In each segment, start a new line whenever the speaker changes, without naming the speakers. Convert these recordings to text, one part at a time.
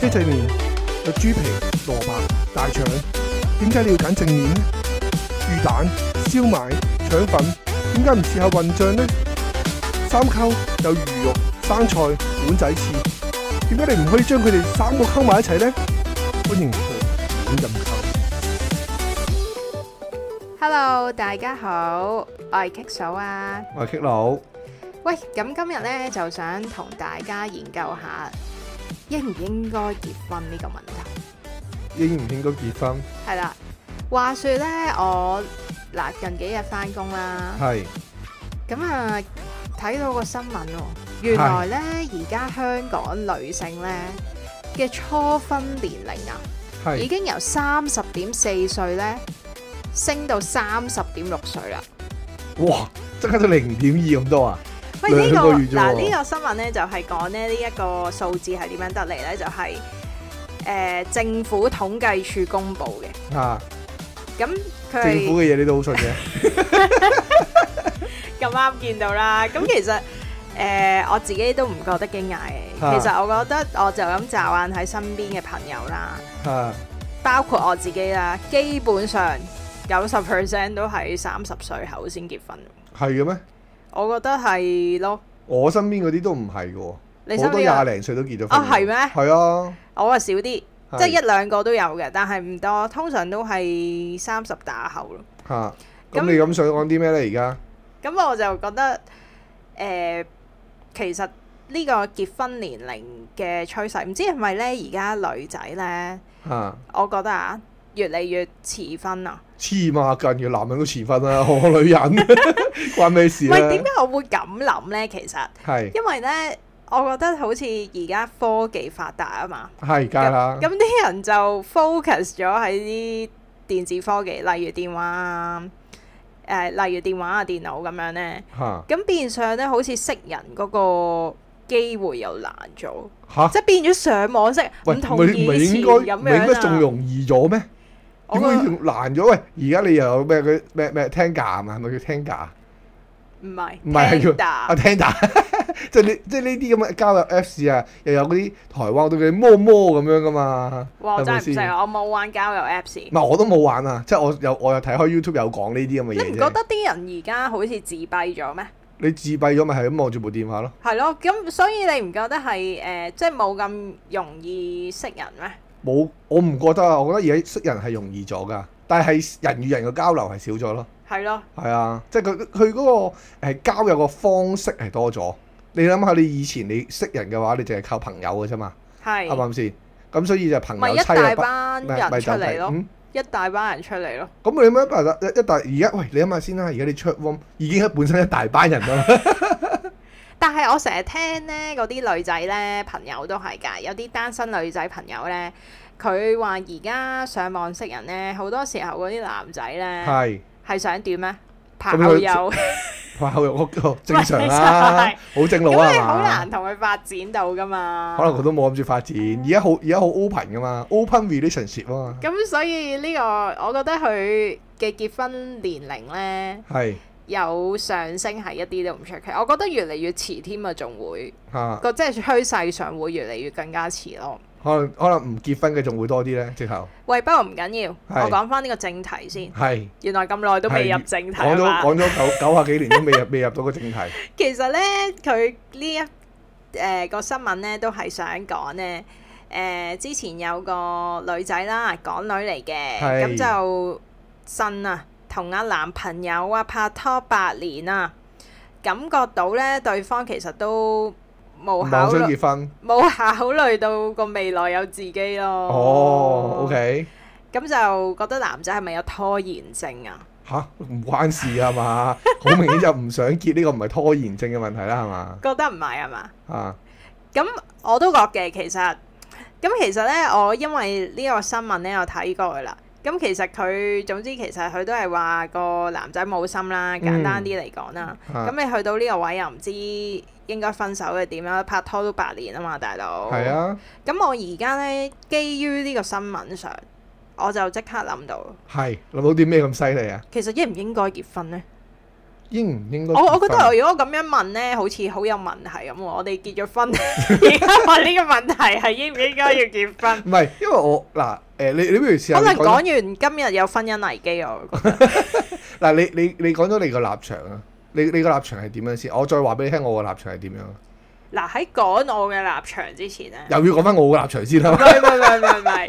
雞仔麵有豬皮、蘿蔔、大腸，點解你要揀正面呢？魚蛋、燒賣、腸粉，點解唔試下混醬呢？三溝有魚肉、生菜、碗仔翅，點解你唔可以將佢哋三個溝埋一齊呢？歡迎嚟到亂咁溝。
Hello，大家好，我係 Kick 嫂啊。
我係 Kick 佬，
喂，咁今日呢，就想同大家研究下應唔應該結婚呢個問題。
應唔應該結婚？
係啦，話說呢，我嗱近幾日翻工啦，
係
咁啊睇到個新聞喎，原來呢，而家香港女性呢嘅初婚年齡啊，已
係
經由三十點四歲呢升到三十點六歲啦。
哇，即刻咗零點二咁多啊！
喂，呢、
兩
個
個月啫
嗱
喎
呢個新聞咧就係講咧呢一個數字係點樣得嚟咧，就係、誒、政府統計處公布嘅。
啊，
咁佢
政府
係
嘅嘢你都好信嘅，
咁啱見到啦。咁
嗯
其實誒、呃我自己都唔覺得驚訝
啊
嘅。其實我覺得我就咁習慣喺身邊嘅朋友啦，
啊，
包括我自己啦，基本上有十 percent 都係三十歲後先結婚。
係嘅咩？
我覺得係咯，
我身邊嗰啲都唔係嘅
你
喎，
身
好多
邊有
廿零歲都結咗婚。
啊係咩
係啊，
我啊少啲。即係
係
一兩個都有嘅，但係唔多，通常都係三十打後咯。
嚇。
咁
咁你咁想講啲咩咧？而家
咁我就覺得誒、呃其實呢個結婚年齡嘅趨勢，唔知係咪呢？而家女仔呢，
嚇
我覺得啊，越嚟越遲婚啊。
黐孖筋嘅男人都遲婚啦， 我女人關咩事
喂，點
咧
解？我會咁諗呢？其實
係
因為呢，我覺得好似而家科技發達啊嘛，
係，梗係啦
咁，啲人就 focus 咗喺啲電子科技，例如電話啊，誒、例如電話啊、電腦咁樣呢。
嚇
咁變相咧，好似識人嗰個機會又難咗，
嚇。
即係變咗上網識，
喂，
唔
唔
同
係唔係
以前
應
咁
該唔係應
樣
該仲
啊。
容易咗咩？
我
點解
覺得
仲難咗？喂，而家你又有咩嗰啲咩咩聽價啊嘛？係咪叫聽價？
唔係，
唔係係
聽
叫
打
啊聽價， 即係呢即係呢啲咁嘅交友 Apps 啊，又有嗰啲台灣嗰啲摸摸咁樣噶嘛，
哇！我
係
真
咪
係唔識
先？
啊，我冇玩交友 Apps
唔。係我都冇玩啊，即係我有我有睇開 YouTube 有講呢啲咁嘅
你
嘢
唔覺
啫。
得啲人而家好似自閉咗咩？
你自閉咗咪係咁望住部電話咯？
係咯，咁所以你唔覺得係誒、呃即係冇咁容易識人咩？
冇，我唔覺得啊，我覺得而家識人係容易咗㗎，但係人與人嘅交流係少咗咯。
係咯，
係啊，即係佢佢嗰個誒交友嘅方式係多咗。你諗下，你以前你識人嘅話，你淨係靠朋友嘅啫嘛，啱唔
係
啱先？咁所以就朋
咪
友
一
妻
大
啊，不
班
咪
人
咪
出
就
嚟
係
咯，
嗯
一大班人出嚟咯。
咁你乜辦一一大而家喂，你諗下先啦，而家你 chat room 已經係本身一大班人啦，
但係我成日聽呢嗰啲女仔呢，朋友都係㗎，有啲單身女仔朋友呢，佢話而家上網識人呢，好多時候嗰啲男仔呢
係
係想點呢？炮
咁佢
友，
哇，後我我正常啦，好正路
咁
啊
你
係
好
嘛
難，同佢發展到㗎嘛
可。能佢都冇諗住發展，而家好而家好 open 噶嘛，open relationship 啊嘛，
咁所以呢個我覺得佢嘅結婚年齡呢，
係
有上升係一啲都唔出奇，我覺得越嚟越遲添啊，仲會
嚇，
個即係趨勢上會越嚟越更加遲咯。
可能可能唔結婚嘅仲會多啲咧，直頭
喂，不過唔緊要，
係
我講翻呢個正題先。
係
原來咁耐都未入正題啊
講咗
啦。
講咗九九下幾年都未入 未入到個正題，
其實呢，佢呢一誒、呃個新聞呢，都係想講呢。誒、之前有個女仔啦，港女嚟嘅，
係
咁就呻啊，同阿男朋友啊拍拖八年啊，感覺到呢對方其實都
唔係
冇考
想
慮
結婚，
冇考慮到個未來有自己咯。
哦，OK
咁就覺得男仔係咪有拖延症啊？
吓，唔關事啊嘛，好明顯就唔想結呢個唔係拖延症嘅問題啦，係嘛
覺得唔係係嘛？
啊？
咁我都覺嘅，其實咁其實咧，我因為呢個新聞咧，我睇過噶啦。咁其實佢總之其實佢都係話個男仔冇心啦，
嗯
簡單啲嚟講啦。
啊
咁、你去到呢個位又唔知應該分手嘅點啦，拍拖都八年啊嘛，大佬。
係。啊，
咁我而家咧，基於呢個新聞上，我就即刻諗到，
係諗到啲咩咁犀利啊？
其實應唔應該結婚呢？
應唔應該
我我
結
覺
婚啊
得如果咁樣問咧，好似好有問題咁喎。我哋結咗 婚，而家問呢個問題係應唔應該要 結婚？
唔係，因為我嗱誒、你你不如試下
可
你
能
講
講完今日有婚姻危機啊！我覺 得
嗱，你你你講咗你個立場啊，你你個立場係點樣先？我再話俾你聽，我個立場係點樣啊？
嗱喺講我嘅立場之前咧，
又要講翻我個立場先
唔
啦。
係唔係唔係唔係唔係，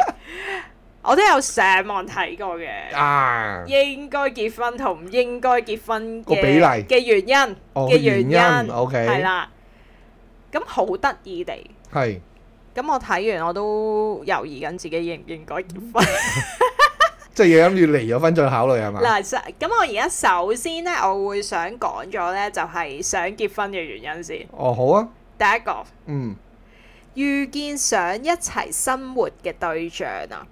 我都有上網睇過嘅。
啊，
應該結婚同唔應該結婚
個
嘅
比例
嘅原因
哦
嘅
個原因
原
OK
係啦。咁好得意地，
係
咁我睇完我都猶豫緊自己應唔應該結婚。
即係要諗住離咗婚再考慮係嘛？
嗱，首咁我而家首先咧，我會想講咗咧，就係想結婚嘅原因先。
哦，好啊，
第一個，
嗯，
遇見想一齊生活嘅對象啊，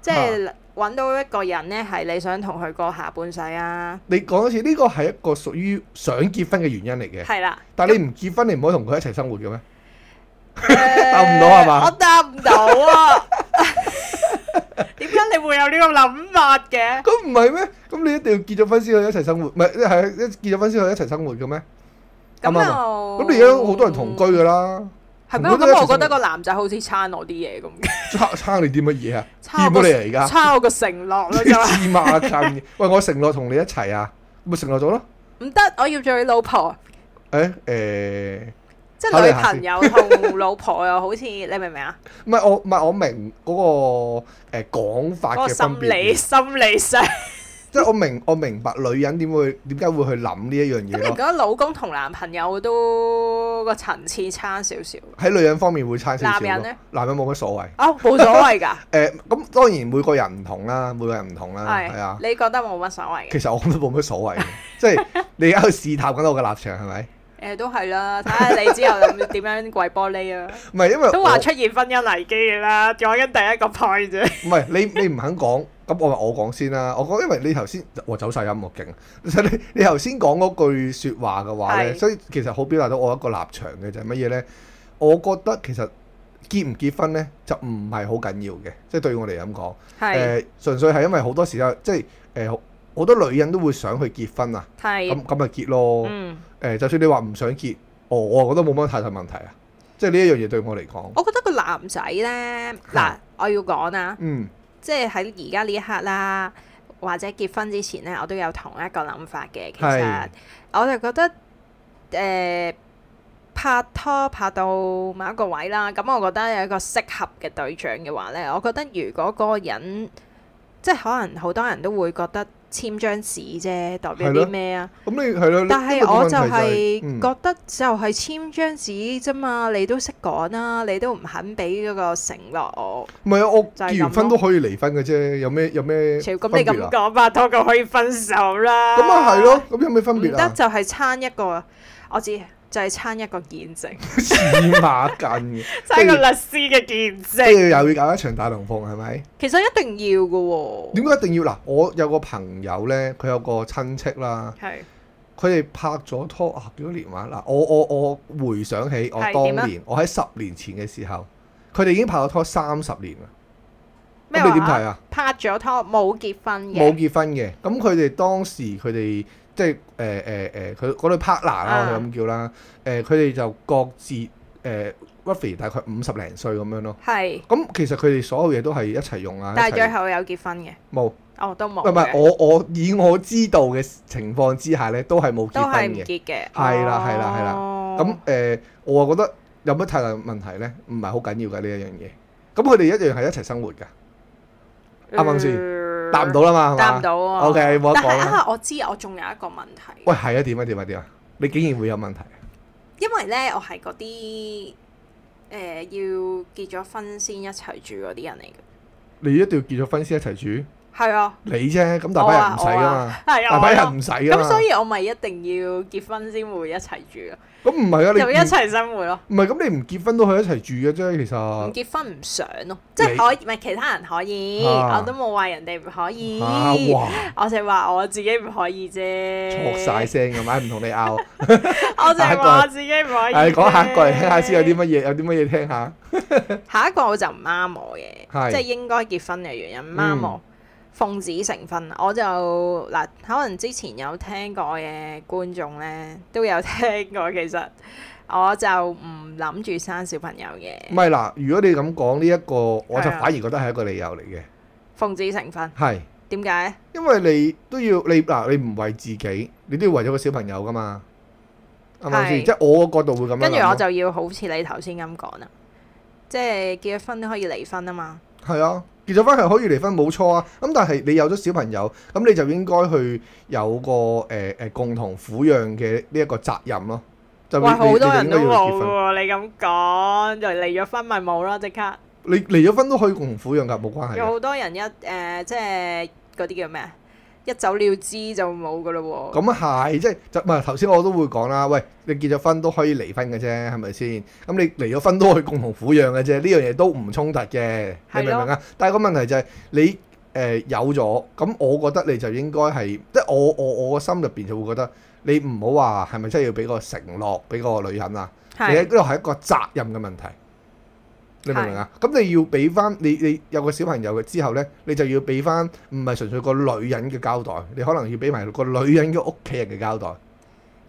即
啊
係揾到一個人咧，係你想同佢過下半世啊，
你講一次，呢個係一個屬於想結婚嘅原因嚟嘅。
係啦。
但係你唔結婚，你唔可以同佢一齊生活嘅咩？
答
唔到啊係嘛
呃我答唔到啊！ 點解你會有呢個諗法嘅？
咁唔係咩？咁你一定要結咗婚先可以一齊生活，唔係係一結咗婚先可以一齊生活嘅咩？啱唔
咁
啱啊
又嗯
咁你而家好多人同居噶啦，
係咩？
同居都一齊
咁我覺
生活
得個男仔好似差我啲嘢咁，
差差你啲乜嘢啊？
差
欠
我
咗
個
你啊而家
差我個承諾咯，就係
黐孖 筋！喂，我承諾同你一齊啊，咪承諾咗咯？
唔得，我要做你老婆。
誒誒。
即係女朋友同老婆又好似，你明唔 明啊？
唔係我唔係我明嗰、個誒講、法
嗰個
嘅分
心理
別，
心理上，
即係我明我明白女人點會點解會去諗呢一樣
咁
嘢
你覺
咯。
得老公同男朋友都個層次差少少
喺女人方面會差少少
男人呢
咯，男人冇乜所謂。
啊？冇所謂 㗎，
誒咁、當然每個人唔同啦，每個人唔同啦，係
係
啊。
你覺得冇乜所謂嘅？
其實我都冇乜所謂嘅，即係你而家去試探緊我嘅立場係咪？
誒都係啦，睇下 你之後諗點樣跪玻璃啊！
唔係因為
都話
我
出現婚姻危機㗎啦，講緊第一個 point 啫。
唔係你你唔肯講，咁我咪我講先啦。我講因為你頭先我走晒音樂勁，啊 所以你你頭先講嗰句説話嘅話咧，
係
所以其實好表達到我一個立場嘅就係乜嘢咧？我覺得其實結唔結婚咧就唔係好緊要嘅，即係對我嚟咁講，誒、
係
純粹係因為好多時候即係誒好好多女人都會想去結婚啊，咁
係，
咁咪結咯。誒、
嗯，
就算你話唔想結，我我覺得冇乜太大問題啊。即係呢一樣嘢對我嚟講，
我覺得個男仔咧，嗱，我要講啊。
嗯
即係喺而家呢一刻啦，或者結婚之前咧，我都有同一個諗法嘅。其
係
實我就覺得誒、呃拍拖拍到某一個位啦，咁我覺得有一個適合嘅對象嘅話咧，我覺得如果嗰個人即係可能好多人都會覺得簽張紙啫，代表
係咯
啲咩啊？
咁你係咯。
但
因為
係
個
我
問題
就係
嗯
覺得就係簽張紙啫嘛，你都識講啦，你都唔肯俾嗰個承諾我。
唔係啊，我
就係咁
結完婚都可以離婚嘅啫，有咩有咩
咁
分
你
別
咁
啊？
講拍拖就可以分手啦。
咁啊係咯，咁有咩分
唔
別
得
啊？
就係撐一個，我知就係撐一個見證，
黐馬 筋嘅，
撐一
即
個
係
律師嘅見
即
證。
係又要搞一場大龍鳳係咪？
其實一定要嘅喎，
點解一定要嗱？我有個朋友咧，佢有個親戚啦，
係
佢哋拍咗拖啊幾多年話嗱，我我我回想起我
係點啊
當年，我喺十年前嘅時候，佢哋已經拍咗拖三十年啦。
咩
咁你點
話
睇？啊？
拍咗拖冇結婚嘅，
冇結婚嘅，咁佢哋當時佢哋即係誒誒誒，佢嗰對 partner
啊
啦，我哋咁叫啦，誒佢哋就各自誒 roughly 大概五十零歲咁樣咯。
係，
咁其實佢哋所有嘢都係一齊用啊，
但
一齊
係最後有結婚嘅，
冇，唔
哦都冇
係唔係
嘅，
我我以我知道嘅情況之下咧，都係冇
都
結
係
婚
唔
嘅。
結哦嘅，
係啦係啦係啦
啦
咁誒、我覺得有乜太大問題咧？唔係好緊要嘅呢一樣嘢。咁佢哋一樣係一齊生活㗎，啱唔啱先
先
答唔到啦嘛，係嘛
嗯答唔到啊
OK，冇得
但
講
係
啦。
啊，我知我仲有一個問題，
喂，係啊，點啊點啊點啊！你竟然會有問題？
因為咧我係嗰啲誒要結咗婚先一齊住嗰啲人嚟嘅，
你一定要結咗婚先一齊住？
係啊。
你啫，咁大把人唔使噶嘛，
係啊，
大
我
把
啊
人唔使噶嘛。
咁所以我咪一定要結婚先會一齊住咯，
咁唔係啊，你
就一
唔
齊生活咯。
唔係咁，你唔結婚都可以一齊住嘅啫。其
唔
實
結婚唔想咯，即係可以，唔係其他人可以，
啊
我都冇話人哋唔可以，
啊，哇，
我就係話我自己唔可以啫。
錯晒聲咁，唉，唔同你拗。
我就係話我自己唔可以。
唉，講下過嚟聽下先，有啲乜嘢，有啲乜嘢聽下。
下一個我就唔啱我嘅，
係嗯
即係應該結婚嘅原因唔啱我。奉旨成分，我就嗱，可能之前有聽過嘅觀眾呢，都有聽過。其實我就唔諗住生小朋友嘅，
唔係嗱，如果你咁講呢一個，我就
係啊
反而覺得係一個理由嚟嘅，
奉旨成分
係
點解？
因為你都要你嗱，你唔為自己，你都要為咗個小朋友噶嘛，係咪先？
係
即係我個角度會咁樣諗咯。
跟住我就要好似你頭先咁講啦，即係結咗婚都可以離婚啊嘛。
係啊，結咗婚係可以離婚冇錯啊。咁但係你有咗小朋友，咁你就應該去有個誒誒、呃共同撫養嘅呢一個責任咯。就你
哇，好
你
多
你
人
應該要
都冇
結婚。
喎，你咁講就離咗婚咪冇咯，即刻
你離咗婚都可以共同撫養㗎，冇關係
有
㗎。
好多人一誒、呃即係嗰啲叫咩啊？一走了之就冇噶咯喎。
咁啊係，即係就唔係頭先我都會講啦。喂，你結咗婚都可以離婚嘅啫，係咪先？咁你離咗婚都可以共同撫養嘅啫，呢樣嘢都唔衝突嘅，你
係咯
明唔明啊？但係個問題就係、你誒、呃有咗，咁我覺得你就應該係，即係我我我個心入邊就會覺得，你唔好話係咪真係要俾個承諾俾個女人啊？你呢
係
個係一個責任嘅問題，你明唔明啊？咁你要俾翻你你有個小朋友嘅之後呢，你就要俾翻唔係純粹個女人嘅交代，你可能要俾埋個女人嘅屋企人嘅交代。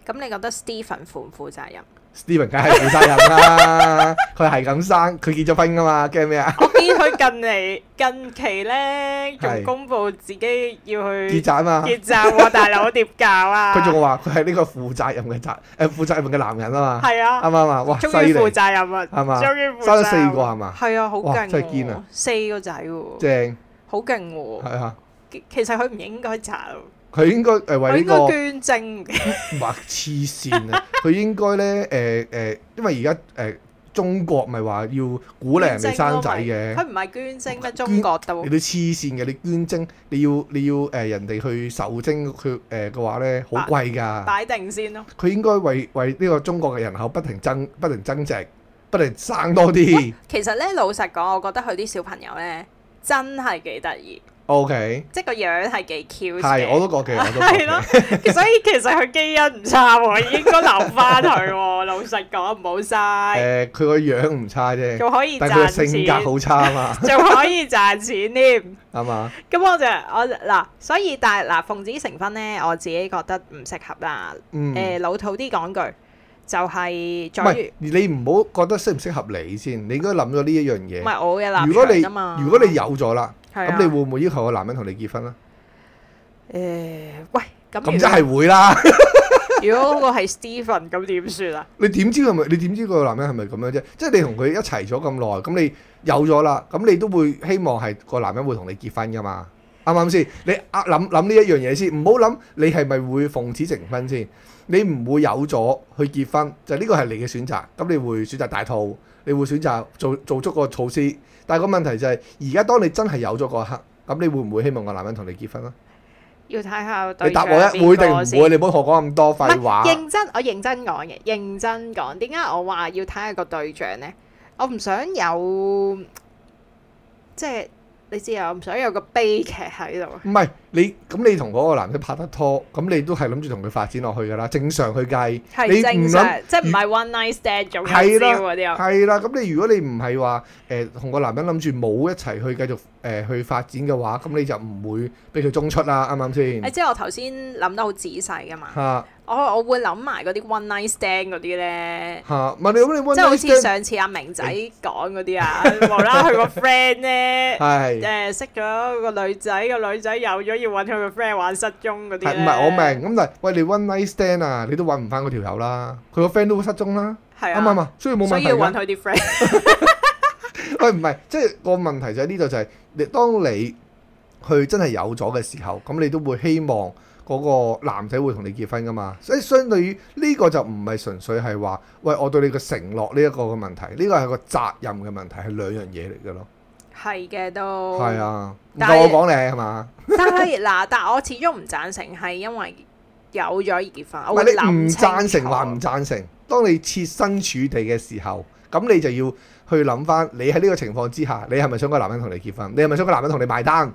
咁，你覺得 Stephen 負唔負責任？
Steven 梗係負責任啦， 佢係咁生，佢結咗婚噶嘛，驚咩 啊？
我見佢近嚟近期咧，仲公布自己要
結
去
紮啊嘛，
結紮喎，大佬點搞啊？
佢仲話佢係呢個負責任嘅責誒負責任嘅男人啊嘛，
係啊
啱，唔啱啊？哇，犀
終於
利
負，責任啊，
係嘛
終於負
生
責
咗
任
四個係嘛，
係啊，好
哇
勁
真係堅啊
喎，四個仔喎，
正
好勁喎。
係啊！
其其實佢唔應該紮咯，
佢應該誒
佢
為呢
應
個
該。捐精嘅。
哇！黐線啊！ 佢應該咧誒誒，因為而家誒中國咪話要鼓勵人哋生仔嘅，
捐精咯咪佢唔係捐精咩？中國度
你都黐線嘅，你捐精你要你要誒、呃人哋去受精佢誒嘅話咧，好貴㗎。
擺定先咯。
佢應該為為呢個中國嘅人口不停增不停增值，不停生多啲。
其實咧，老實講，我覺得佢啲小朋友咧真係幾得意，
O K，
即係個樣係幾 cute
係
嘅。
我都覺嘅，我都
係
覺
咯
嘅。，
所以其實佢基因唔差喎，應該留翻佢喎。老實講，唔好嘥，
誒，佢個樣唔差啫，
仲可以
但係佢
賺
嘅性格
錢，
好差啊
仲可以賺錢添。
嘛，係嘛？
咁我就我嗱，所以但係嗱，奉子成婚咧，我自己覺得唔適合啦。
嗯。
誒老土啲講句，就係
唔
在
係
於，
你唔好覺得適唔適合你先，你應該諗咗呢一樣
唔
嘢。
係我嘅立場
如果你
啫嘛。
如果你有咗啦，
係
咁
啊
你會唔會要求個男人同你結婚啊？
誒，喂，咁
咁
如
真係會啦。
如果嗰個係 Stephen，咁點算啊？
你點知佢係咪？你點知個男人係咪咁樣啫？即係你同佢一齊咗咁耐，咁你有咗啦，咁你都會希望係個男人會同你結婚噶嘛？啱唔啱先？你啊諗諗呢一樣嘢先，唔好諗你係咪會奉子成婚先。你唔會有咗去結婚，就呢個係你嘅選擇。咁你會選擇大套，你會選擇做做足個措施。但係個問題就係、而家當你真係有咗嗰一刻，咁你會唔會希望個男人同你結婚啊？
要睇下對
你答
象
我一
邊
會
個
定唔
先
會？你唔好學講咁多
唔
廢話。
認真，我認真講嘅，認真講。點解我話要睇下個對象呢？我唔想有，即係你知啊，我唔想有個悲劇喺度。
唔係你咁，你同嗰個男仔拍得拖，咁你都係諗住同佢發展落去㗎啦。正常去計，你
係
唔
正
諗
常，即係唔係 one night stand 仲有
係啦
招嗰啲啊？
係啦。咁你如果你唔係話誒同個男人諗住冇一齊去繼續誒、呃去發展嘅話，咁你就唔會俾佢中出啦，啱唔啱
你
先？
知我頭先諗得好仔細噶嘛？
嚇
我我會諗埋嗰啲 one night stand 嗰啲呢。
嚇，唔係你咁你 one
即係好
night
似
stand
上次阿 明仔講嗰啲啊，無啦啦佢個 friend 咧，
係
誒識咗個女仔，個女仔有咗要揾佢個 friend 玩失蹤嗰啲
係
咧。
唔係我明咁？但係喂，你 one night stand 啊，你都揾唔翻嗰條友啦，佢個 friend 都失蹤啦，啱
係啊，
唔啱啊？所以冇問
所以
題
要
㗎
揾。佢啲 friend。
喂，唔係，即係個問題就喺呢度，就係你當你去真係有咗嘅時候，咁你都會希望嗰個男仔會同你結婚噶嘛。所以相對於呢個就唔係純粹係話，喂，我對你嘅承諾呢一個嘅問題，呢個係個責任嘅問題，係兩樣嘢嚟嘅咯。
係嘅都。
係。啊，唔
哦但
夠
係
我講你係啊嘛？
但係嗱，但我始終唔贊成係因為有咗而結婚，
唔
我
係
會
你唔
諗清
贊成
楚
話唔贊成，當你設身處地嘅時候，咁你就要去諗翻，你喺呢個情況之下，你係咪想個男人同你結婚？你係咪想個男人同你埋單？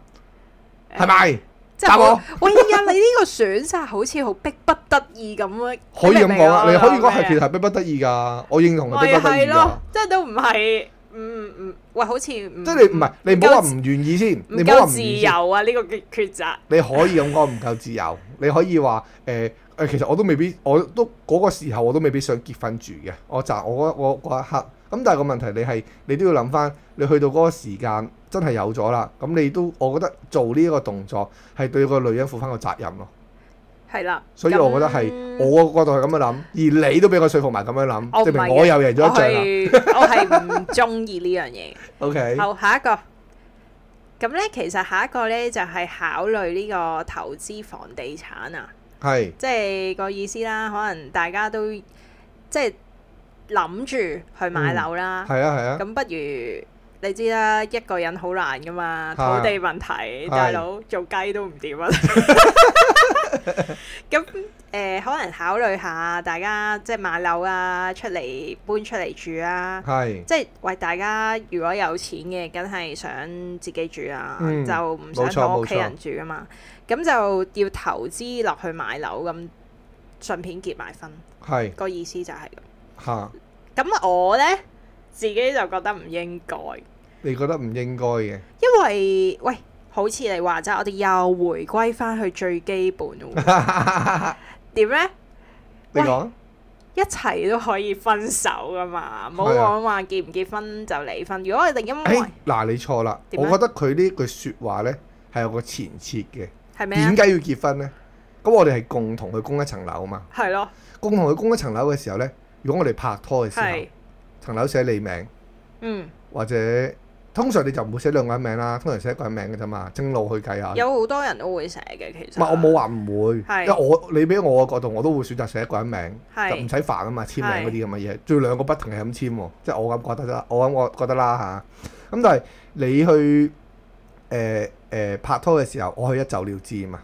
係咪？
即係
答我
好喂呀！你呢個選擇好似好逼不得已咁啊！
可以咁
明唔明
講啊，
我
你可以
講
講係
咩啊
其實係逼不得已㗎，我認同係
咪
逼不得已
係
㗎
咯。，即係都唔係唔嗯嗯，喂，好似唔
即係你唔係你唔好話唔願意先，
唔
你唔好
夠
話唔
自
願意先。
由啊！呢個抉抉擇，
你可以咁講唔夠自由，你可以話誒誒，其實我都未必，我都嗰、個時候我都未必想結婚住嘅，我就我嗰我嗰一刻。咁但係個問題你係你都要諗翻，你去到嗰個時間真係有咗啦，咁你都我覺得做呢一個動作係對個女人負翻個責任咯。
係啦。
所以我覺得係
咁
我個角度係咁樣諗，而你都俾我說服埋咁樣諗，
嗯我唔
證
係
明我又贏咗一仗啊啦。
嘅 我係我係唔中意呢樣嘢。
OK，
好，下一個。咁咧，其實下一個咧就係、考慮呢個投資房地產啊，
係
即係個意思啦。可能大家都即係諗住去買樓啦。
係啊係啊
咁、，不如你知啦，一個人好難噶嘛，土
係
地問題，
係
大佬做雞都唔 掂啊。咁誒、呃可能考慮下大家即係買樓啊，出嚟搬出嚟住啊。
係
即係喂，大家如果有錢嘅，梗係想自己住啊，
嗯
就唔
冇
想
錯
同屋企人住啊嘛。咁就要投資落去買樓，咁順便結埋婚，
係
個意思就係咁。
嚇，
咁我呢，自己就覺得唔應該，
你覺得唔應該 嘅？
因為喂，好似你話齋，我哋又回歸翻去最基本 喎點呢？
你
喂
講啊。
一齊都可以分手噶嘛，冇
係啊
講話結唔結婚就離婚。如果我哋因
誒
為
哎嗱、你錯啦，
點啊
我覺
咧
得佢呢句説話呢係有個前設嘅，
係咩啊
點？解要結婚呢？咁我哋係共同去供一層樓嘛，
係咯，
共同去供一層樓嘅時候呢，如果我哋拍拖嘅時候
係，，
層樓寫你名
嗯。
或者通常你就唔會寫兩個人名啦，通常寫一個人名嘅啫嘛，正路去計下。
有好多人都會寫嘅，其
啊唔
實。
係我冇話唔會，
係
因為我你俾我嘅角度，我都會選擇寫一個人名，
係
就唔使煩啊嘛，簽名嗰啲咁嘅嘢，仲要兩個不停係咁簽喎，即係我咁覺得啦，我咁我覺得啦吓，咁但係你去誒誒、呃拍拖嘅時候，我去一就了之啊嘛，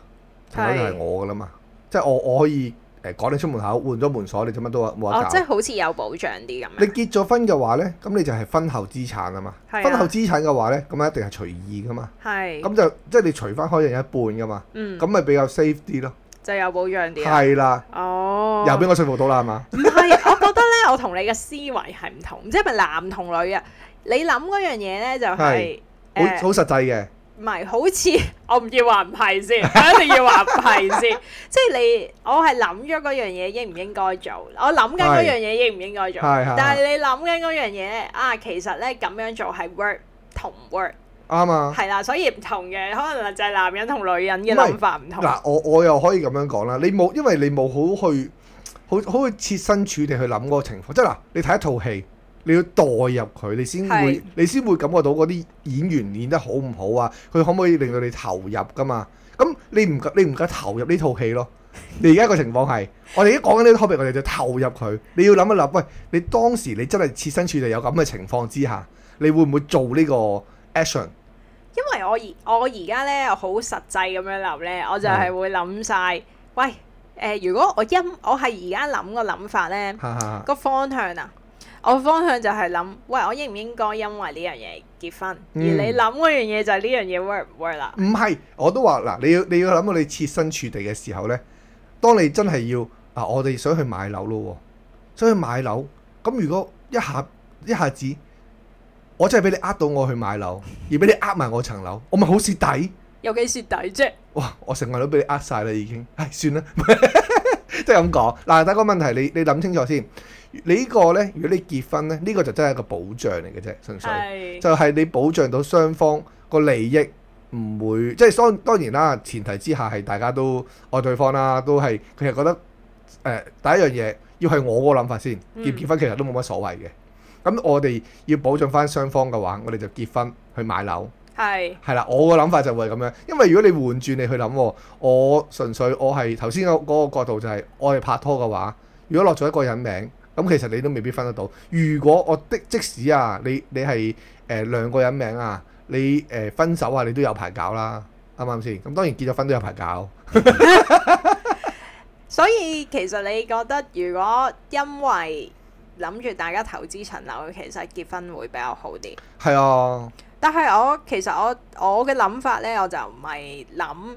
層樓就係
係
我噶啦嘛，即係我我可以誒趕你出門口，換咗門鎖，你做乜都冇得
哦
搞。，
即係好似有保障啲咁
你
樣。
結咗婚嘅話咧，咁你就係婚後資產啊嘛，
係啊
婚後資產嘅話咧，咁一定係隨意噶嘛，
係。
咁就即係你除翻開人一半噶嘛，
嗯，
咁咪比較 safe 啲咯，
就有保障啲啊。
係啦。
哦。
又俾我說服到啦，係嘛？
唔係，我覺得咧，我同你嘅思維係唔同，即係咪男同女啊？你諗嗰樣嘢咧，就係
係好好
誒，
實際嘅，
唔係好似 我唔要話唔係先， 我一定要話唔係先。 即係你，我係諗咗嗰樣嘢應唔應該做，我諗緊嗰
係
樣嘢應唔應該做。
係係
但
係
係你諗緊嗰樣嘢咧，啊，其實咧咁樣做係 work 同唔 work。
啱啊！
係啦，所以唔同嘅，可能就係男人同女人嘅
唔係
諗法唔同。
嗱，我我又可以咁樣講啦，你冇因為你冇好去好好去切身處地去諗嗰個情況，即係嗱，你睇一套戲，你要代入佢，你先
係
會你先會感覺到嗰啲演員演得好唔好啊，佢可唔可以令到你投入噶嘛？咁你唔夠你唔夠投入呢套戲咯。你而家個情況係，我哋而家講緊呢個 topic，我哋就投入佢。你要諗一諗，喂，你當時你真係切身處地有咁嘅情況之下，你會唔會做呢個 action？
因為我而我而家咧，我好實際咁樣諗咧，我就係會諗晒，喂，誒、如果我因我係而家諗個諗法咧，
哈哈哈。
個方向啊，我方向就係諗，喂，我應唔應該因為呢樣嘢結婚？
嗯
而你諗嗰樣嘢就係呢樣嘢 work 唔 work 啦？
唔係，我都話嗱，你要你要諗到你設身處地嘅時候呢，當你真係要啊，我哋想去買樓咯喎，想去買樓，咁如果一下一下子，我真係俾你呃到我去買樓，而俾你呃埋我層樓，我咪好蝕底。
有幾蝕底啫？
哇！我成個都俾你呃晒啦，已經，唉，算啦， 即係咁講。嗱，但係個問題你你諗清楚先，你呢個呢，如果你結婚呢，呢、個就真係一個保障嚟嘅啫，純粹。
係
就係你保障到雙方個利益唔會，即係當當然啦，前提之下係大家都愛對方啦，都係佢係覺得誒、呃第一樣嘢要係我個諗法先，
嗯
結唔結婚其實都冇乜所謂嘅。咁我哋要保障翻雙方嘅話，我哋就結婚去買樓，
係
係啦。我個諗法就會係咁樣，因為如果你換轉你去諗喎，我純粹我係頭先嗰嗰個角度就係我哋拍拖嘅話，如果落咗一個人名，咁其實你都未必分得到。如果我的即使啊，你你係誒、呃、兩個人名啊，你誒、呃分手啊，你都有排搞啦，啱唔啱先？咁當然結咗婚都有排搞，
所以其實你覺得如果因為諗住大家投資層樓，其實結婚會比較好啲。
係啊，
但係我其實我我嘅諗法咧，我就唔係諗呢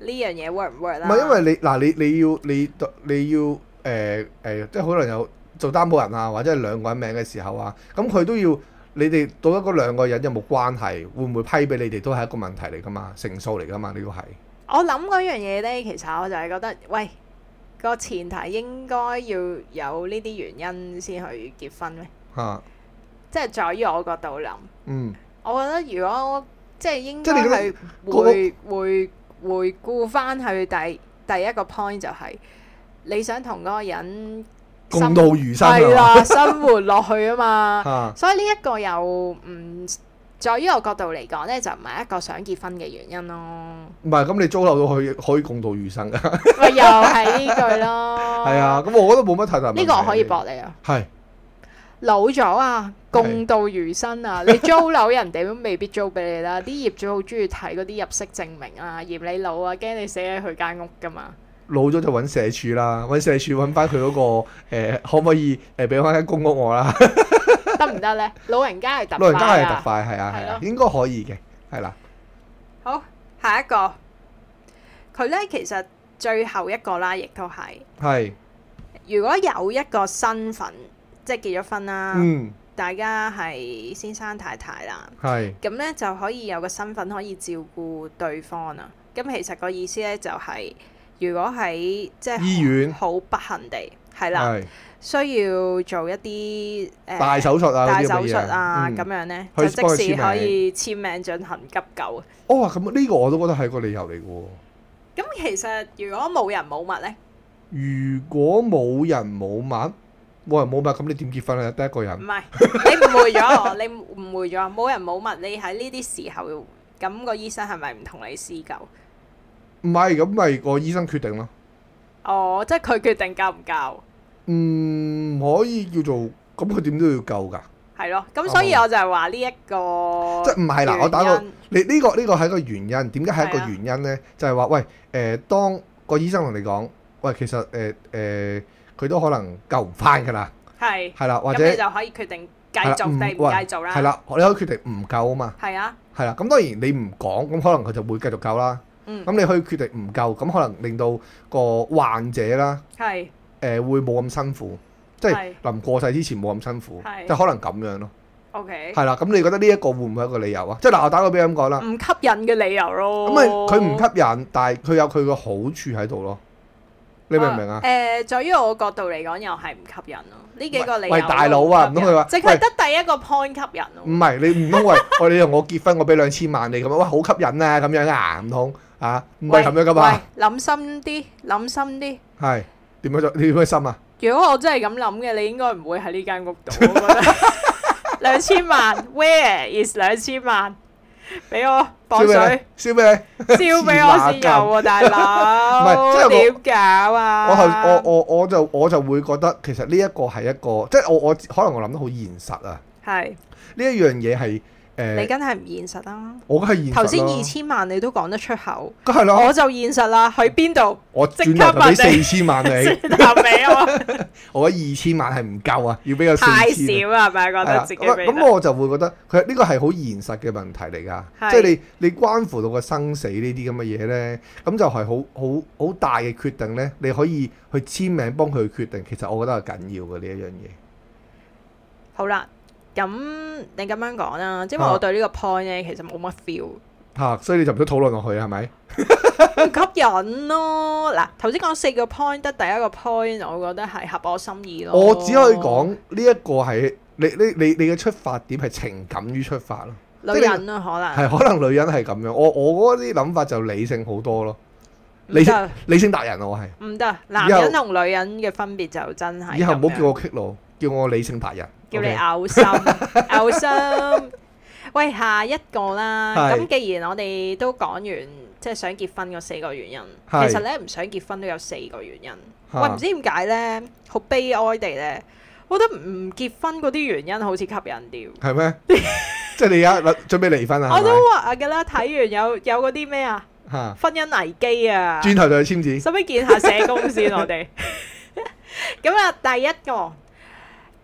樣嘢 work 唔 work
唔
啦。
係因為你嗱你你要你你要誒誒、呃呃即係可能有做擔保人啊，或者係兩個人名嘅時候啊，咁佢都要你哋到咗嗰兩個人有冇關係，會唔會批俾你哋都係一個問題嚟噶嘛，成數嚟噶嘛，呢個係。
我諗嗰樣嘢呢，其實我就係覺得，喂，個前提應該要有呢啲原因先去結婚咩？
嚇、
即係在於我角度諗，
嗯，
我覺得如果即係應
即係
該
你覺
係
得
回回回顧翻去第第一個 point 就係、你想同嗰個人
共度餘生
係
係嘛？
啦，生活落去啊 嘛。
嚇
所以呢一個又唔在於我角度嚟講呢，就唔係一個想結婚嘅原 因咯。
唔係咁你租樓到去可以共度餘生㗎，
咪又係呢句咯。
係啊，，咁我覺得冇乜太大問題。
呢個我可以駁你啊。
係。
老咗啊，共度餘生 啊！你租樓人哋都未必租俾你啦，啲業主好中意睇嗰啲入息證明啊，嫌你老啊，驚你死喺佢間屋噶嘛。
老咗就揾社署啦，揾社署揾翻佢嗰個、呃、可唔可以誒俾翻間公屋我啦？
得唔得呢？老人家係特
老人家
快
係特
啊！
快係啊係
係
啊
咯，
應該可以嘅，係啦，
好，下一個，佢呢其實最後一個啦，亦都係
係
如果有一個身份，即係結咗婚啦，
嗯
大家係先生太太啦。
係
咁咧就可以有個身份可以照顧對方啊。咁其實個意思咧就係、如果喺即係
醫院
好不幸地係啦，
係
需要做一啲誒、呃
大手術啊
大
嗰啲
手
咁嘅
術
嘢
啊
嗯
咁、樣咧，
可
就
以幫佢
即時
簽名
可以簽名進行急救。啊
哦咁呢個我都覺得係個理由嚟嘅喎。
咁其實如果冇人冇物咧，
如果冇人冇物，冇人冇物咁你點結婚啊？得一個
唔
人
係你誤會咗我，你誤會咗我冇人冇物，你喺呢啲時候咁個醫生係咪唔同你施救？
唔係咁咪個醫生決定咯。
哦，即係佢決定救唔救。
嗯，唔可以叫做咁佢點都要救㗎。
係咯，咁所以我就係話呢一個
即係唔係嗱？我打個
原因
你呢、個呢、個係一個原因，點解係一
係啊
個原因呢？就係、話喂誒、呃，當個醫生同你講，喂其實誒誒佢都可能救唔翻 㗎啦，
係，
係啦，或者
咁你就可以決定繼
係啦嗯
續定唔
喂
繼續啦。
係，啦，你可以決定唔救啊嘛，
係啊，
係啦。咁當然你唔講，咁可能佢就會繼續救啦。
嗯，
咁你可以決定唔救，咁可能令到個患者啦
係
誒、呃、會冇咁辛苦，即係
係
臨過世之前冇咁辛苦，
係
即係可能咁樣咯。
OK，
係啦，咁你覺得呢一個會唔會係一個理由啊？即係嗱，我打個比咁講啦。
唔吸引嘅理由咯。
咁咪佢唔吸引，但係佢有佢個好處喺度咯。你明唔明啊？
誒，在於我角度嚟講，又係唔吸引咯。呢幾個理由
喂
咯
大佬啊唔通佢話
吸引淨
喂嗯
係得第一個 point 吸引
唔
咯。
係你唔通喂 我你同我結婚，我俾兩千萬你咁樣，哇好吸引啊咁樣啊，唔通啊？唔係咁樣噶嘛？
喂，諗深啲，諗深啲。
係點樣做？ 你點樣心啊？
如果我真係咁諗嘅，你應該唔會喺呢間 屋度。我覺得兩千萬，Where is 兩千萬？俾我磅
燒俾，你，
水
燒俾你。
燒俾我先有啊喎，大
唔係即係
佬。
我
點搞啊？
我後我我我就我就會覺得其實呢一個係一個，即係我我可能我諗得好現實啊。
係
呢一樣嘢係
你
誒，
梗係唔現實啦。
我覺得係現實
頭先
咯
二，千萬你都講得出口，
梗係啊
我
啦，
就現實啦。去邊度？
我
即
轉頭就
刻
俾
問你
四千萬你，
頭尾 啊，
我覺得二千萬係唔夠啊，要俾個四
太
千。啊
少啦，係咪覺
係
得
啦
自己
咁
俾
咁
得？
我就會覺得佢呢個係好現實嘅問題嚟㗎，
係
即係你你關乎到個生死呢啲咁嘅嘢呢，咁就係好好好大嘅決定呢。你可以去簽名幫佢決定，其實我覺得係緊要嘅呢一樣嘢。
好啦，咁你咁樣講啦，因為
啊
我對呢個 point 咧其實冇乜 feel。
嚇、所以你就唔想討論落去係咪？
唔吸引咯。嗱，頭先講四個 point，得第一個 point，我覺得係合我心意咯。
我只可以講呢一個係你你你你嘅出發點係情感於出發咯，
女人啊咯，可能
係可能女人係咁樣，我我嗰啲諗法就理性好多咯，
唔
理性
得
理性達人我係，
唔得，男人同女人嘅分別就真係咁樣。
以後唔好叫我激怒，叫我理性達人，
叫你
OK？
嘔 心，嘔心。喂，下一個啦。
係
咁既然我哋都講完，即係想結婚嗰四個原因，其
係
實咧唔想結婚都有四個原因。
嚇
喂，唔知點解咧，好悲哀地咧，我覺得唔結婚嗰啲原因好似吸引啲。
係咩？即係你而家諗準備離婚啊？
我
係咪
都話㗎啦，睇完有有嗰啲咩啊，
嚇，
婚姻危機啊，
轉頭就去簽字。
使唔使見下社工先？我哋咁啊，第一個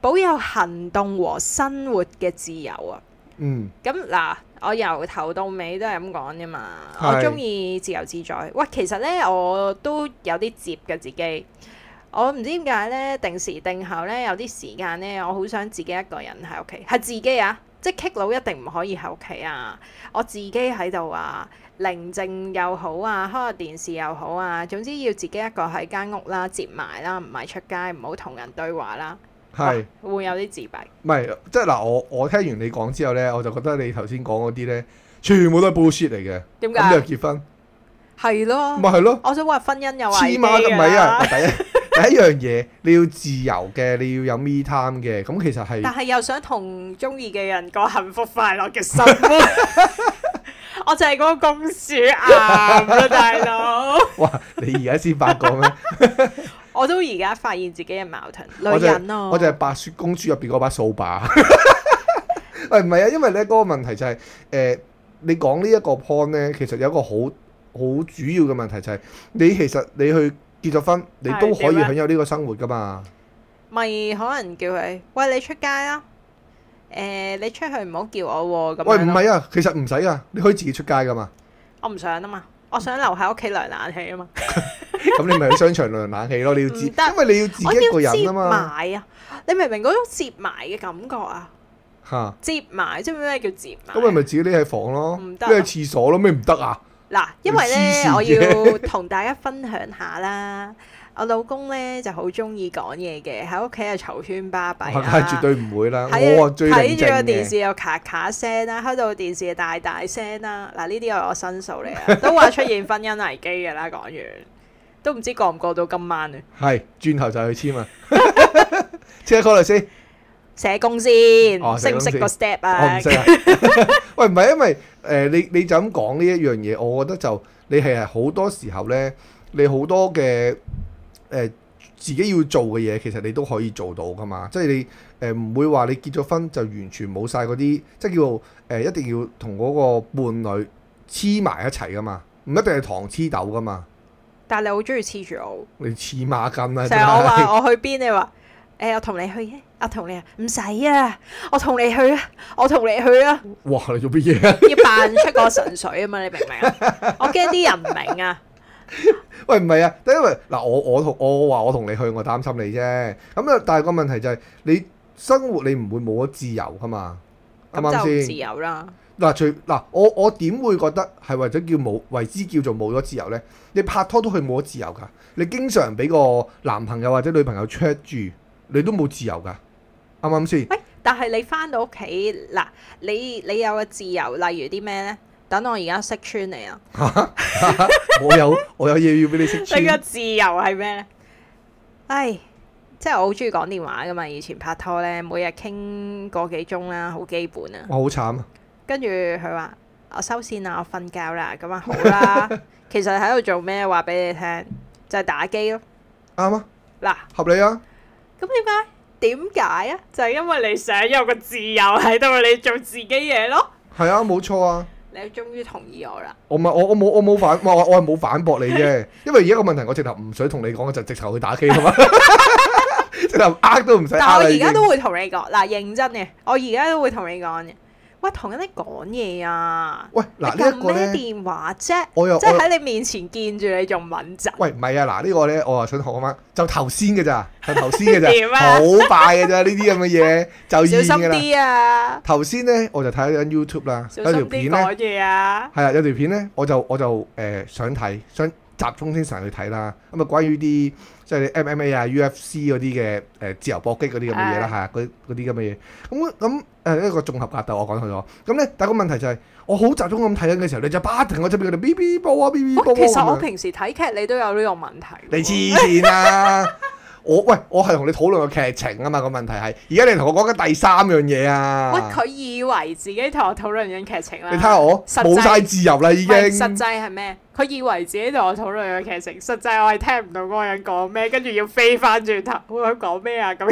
保有行動和生活嘅自由啊。
嗯，
咁嗱，我由頭到尾都係咁講啫嘛。
係
我中意自由自在。喂，其實咧我都有啲接嘅自己。我唔知點解咧，定時定候咧，有啲時間咧，我好想自己一個人喺屋企，係自己啊，即係棘佬一定唔可以喺屋企啊！我自己喺度啊，寧靜又好啊，開下電視又好啊，總之要自己一個喺間屋啦，接埋啦，唔係出街，唔好同人對話啦，
係。
哇會有啲自閉。
唔係，即係嗱，我我聽完你講之後咧，我就覺得你頭先講嗰啲咧，全部都係 bullshit 嚟嘅。
點
咁
解？啊
你又結婚，
係咯，
咪係咯，
我想話婚姻又
黐
係
孖咁咪啊！第一第一樣 嘢，你要自由嘅，你要有 me time 嘅，咁其實
但
係
係又想同中意嘅人過幸福快樂嘅生活。 我就係嗰個公主癌啦，大 佬！
哇！你而家先發覺咩？
我都而家發現自己嘅矛盾，
我
女
就係
人咯、
我就係白雪公主入邊嗰把掃把。 喂，唔係啊，因為咧嗰、個問題就係、誒、你講呢一個 point 咧，其實有一個好好主要嘅問題就係、你其實你去結咗婚，你
係
都可以
點啊
享有呢個生活噶嘛。
咪可能叫佢喂你出街啦，誒、你出去唔好叫我喎、咁
喂，
樣
唔
咯
係啊，其實唔使啊，你可以自己出街噶 嘛。
我唔想啊嘛，我想留喺屋企涼冷氣啊 嘛，
咁你咪去商場涼冷氣咯。你要自，
唔得
因為你要自己
我
一個
要
人
接
啊嘛。
埋啊！你明唔明嗰種接埋嘅感覺啊？
嚇，
接埋，知唔知咩叫接埋？
咁咪咪自己匿喺房咯，
唔
匿
得
喺廁所咯，咩唔得啊？
嗱，因為咧，我
你黐線嘅
要同大家分享下啦。 我老公咧就好中意講嘢嘅，喺屋企係嘈喧巴閉
係
啦。
絕對唔會啦，
睇
我啊最
睇
寧
住個
靜
電視
嘅。
又咔咔聲啦，開到個電視又大大聲啦。嗱，呢啲係我申訴 嚟啊，都話出現婚姻危機㗎啦。講完都唔知過唔過到今晚啊！
係，轉頭就去簽啊。 車 call 嚟先，
社工先，
哦
識唔識
社
個
工
step
我
啊
唔？識啊。 喂，唔係因為誒，你你就咁講呢一樣嘢，我覺得就你係係好多時候咧，你好多嘅誒。自己要做嘅嘢，其實你都可以做到噶嘛。即係你誒唔、會話你結咗婚就完全冇晒嗰啲，即係叫做誒、一定要同嗰個伴侶黐埋一齊噶嘛，唔一定係糖黐豆噶嘛。
但係你好中意黐住我。
你黐孖筋啦，
成
啊真
日我話
係
我去邊，你話誒、我同你去嘅，我同你啊，唔使啊，我同你去啊，我同你去啊，
哇！你做乜嘢啊？
要扮出個神水啊嘛，你明唔 明啊？我驚啲人唔明啊，
喂，唔係啊，因為嗱，我我同我話我同你去，我擔心你啫。咁啊，但係個問題就係、你生活你唔會冇咗自由噶嘛，啱唔
咁就唔
啱
自
先？
由啦。
嗱，除嗱，我我點會覺得係為咗叫冇為之叫做冇咗自由呢？你拍拖都去冇咗自由㗎，你經常俾個男朋友或者女朋友 check 住，你都冇自由㗎，啱唔啱先？
喂，但係你翻到屋企嗱，你你有個自由，例如啲咩咧？等我而家識穿你啊！
我有我有嘢要俾你識穿
你嘅自由係咩咧？唉，即係我好中意講電話噶嘛，以前拍拖咧，每日傾個幾鐘啦，好基本啊。
我好慘啊！
跟住佢話：我收線啦，我瞓覺啦。咁啊好 啦，其實喺度做咩？話俾你聽，就係、打機咯。
啱啊，
嗱，
合理啊！
咁點解？點解啊？就係、因為你想有個自由喺度，你做自己嘢咯。
係啊，冇錯啊！
你終於同意我啦。
我唔係我我冇我冇反我我係冇反駁你 啫，因為而家個問題我直頭唔想同你講，我就直頭去打機啊嘛，直頭呃都唔使
但係
呃
我
你
而
已經。
家都會同你講，嗱認真嘅，我而家都會同你講嘅。喂，同人哋講嘢啊！
喂
你
嗱呢一
撳
個
咩
咧，
電話啫？
我又
即
我
係
又
喺你面前見住你仲敏陣。
喂唔係啊嗱呢個咧，我話想學啊嘛，就頭先嘅咋，就頭先嘅咋
點，啊
好快嘅咋呢啲咁嘅嘢就
小
厭
心
㗎啦。
啲啊！
頭先咧我就睇緊 YouTube 啦，
小
有條
心
片
啲
咧。
講嘢啊！
係啊，有條片咧，我就我就誒、呃想睇，想集中精神去睇啦。咁啊，關於啲即係 MMA 啊、UFC 嗰啲嘅誒自由搏擊嗰啲咁嘅嘢啦，係啊，嗰嗰啲咁嘅嘢。咁咁呃誒一個綜合格鬥，我講佢咗。咁咧，但係個問題就係、我好集中咁睇緊嘅時候，你就不停我側邊嗰度哔哔波啊、哔哔波
喂
啊
其實
咁
我
樣
平時睇劇你都有呢個問題喎。
你黐線啦！ 我喂，我係同你討論個劇情啊嘛，個問題係而家你同我講緊第三樣嘢啊！
喂，佢以為自己同我討論緊劇情啦。
你睇下我
實際
冇晒自由啦，已經。
唔係實際係咩？佢以為自己同我討論緊劇情，實際我係聽唔到嗰個人講咩，跟住要飛翻轉頭，佢講咩啊？咁樣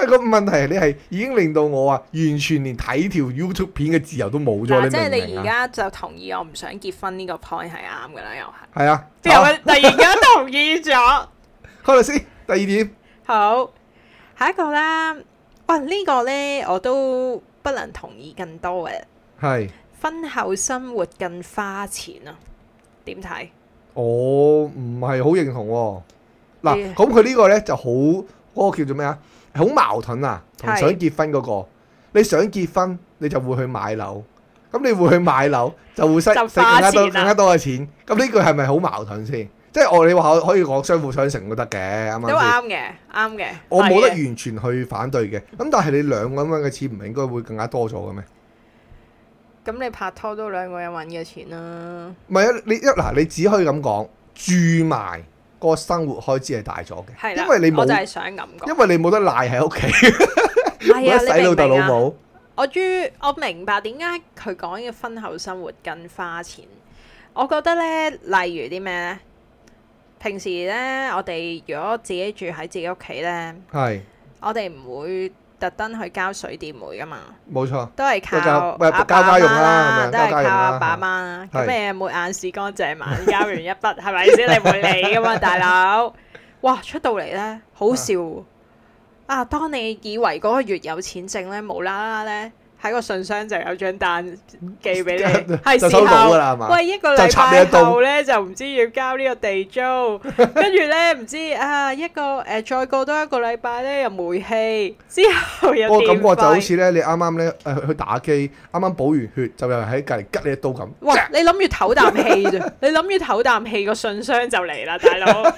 喂，個問題係你係已經令到我啊，完全連睇條 YouTube 片嘅自由都冇咗，
嗱，即係
你明唔
你而
明啊？
家就同意我唔想結婚呢個 point 係啱㗎啦，又
係啊，
係。之後
走
佢突然間同意咗，
開律師，第二點
好，下一個啦。哇，呢個呢，我都不能同意更多嘅，
係
婚後生活更花錢啊？點睇？
我唔係好認同喎。
你
嗱，咁佢呢個咧就好嗰個叫做咩啊？好矛盾啊，同
係
想結婚嗰個。你想結婚，你就會去買樓。咁你會去買樓，就會使
就花
使更加多
錢啊啦
更加多嘅錢。咁呢句係咪好矛盾先？即係我你話可以講相輔相成都得嘅，啱唔
都
啱先？
啱嘅，啱嘅。
我冇得
係嘅啊
完全去反對嘅。咁但係你兩個咁樣嘅錢唔係應該會更加多咗嘅咩？
咁你拍拖都兩個人揾嘅錢啦，
唔係啊，你一嗱，你只可以咁講，住埋個生活開支係大咗嘅，
係啦。
因為你冇
我就係想咁講。
因為你冇得賴喺屋企，冇
係
得
啊，你
洗
明
老
唔
豆
明
老
啊？
母。
我於我明白點解佢講嘅婚後生活更花錢。我覺得咧，例如啲咩咧？平時咧，我哋如果自己住喺自己屋企咧，
係
我哋唔會特登去交水電煤噶嘛，
冇錯，
都係
都交
靠
喂
阿
交
爸
家
媽
用啦
啦，
咁樣
都
交
係
家用啦
靠阿爸媽啦。
係
咁你每眼屎乾淨 晚交完一筆，係咪先？你唔會理 噶嘛，大佬。哇，出到嚟咧，好笑喎啊！當你以為嗰個月有錢剩咧，無啦啦咧喺個信箱就有張單寄俾你，係
就
時
收到㗎
候。
啦，係嘛？
喂，一個
就
禮
插你一
拜
刀
後咧就唔知要交呢個地 租，跟住咧唔知啊一個誒、再過多一個禮拜咧又煤氣，之後又
哦我感
電
覺就好
費。
似咧，你啱啱咧誒去打機，啱啱補完血，就有人喺隔離吉你一刀咁。
哇！你諗住唞啖氣啫， 你諗住唞啖氣個信箱就嚟啦，大 佬。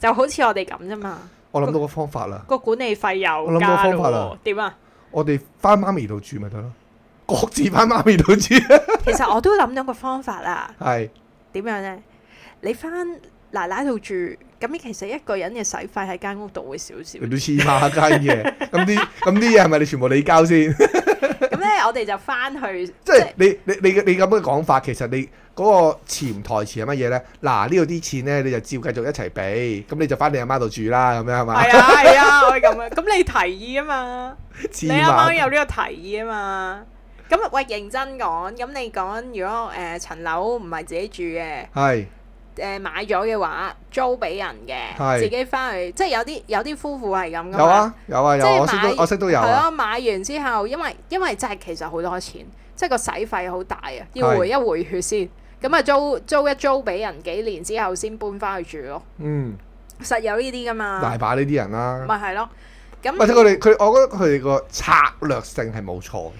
就好似我哋咁啫嘛，
我諗到個方法啦，
個管理費
我諗到
又加
方法啦
咯喎，點啊？
我哋翻媽咪度住咪得咯，各自翻媽咪度住。
其實我都諗到個方法啦，
係
點樣呢？你翻奶奶度住，咁其實一個人嘅使費喺間屋度會少少
你。都黐孖筋嘅，咁啲咁啲嘢係咪你全部你交先？
咁呢，我哋就翻去，
即係你你你嘅你咁嘅講法，其實你嗰個潛台詞係乜嘢咧？嗱，呢度啲錢咧，你就照繼續一齊俾，咁你就翻你阿媽度住啦，咁樣係嘛？
係啊係啊，我係咁樣。咁你提議啊 嘛，
黐
你啱啱
孖
有呢個提議啊嘛。咁喂，認真講，咁你講如果誒、呃、層樓唔係自己住嘅。
係
誒、買咗嘅話，租俾人
係
嘅，自己翻去，即係有啲有啲夫婦係咁噶嘛
有，啊有啊
即
有啊，我識
係買
都我識都有
係
啊，
咯，買完之後，因為因為真係其實好多錢，即係個使費好大啊，要
係
回一回血先，咁啊租租一租俾人幾年之後先搬翻去住咯，
嗯，
實有呢啲噶
大
嘛，
把呢啲人啦。
咪係咯，咁
或者佢哋佢，我覺得佢哋個策略性係冇錯嘅，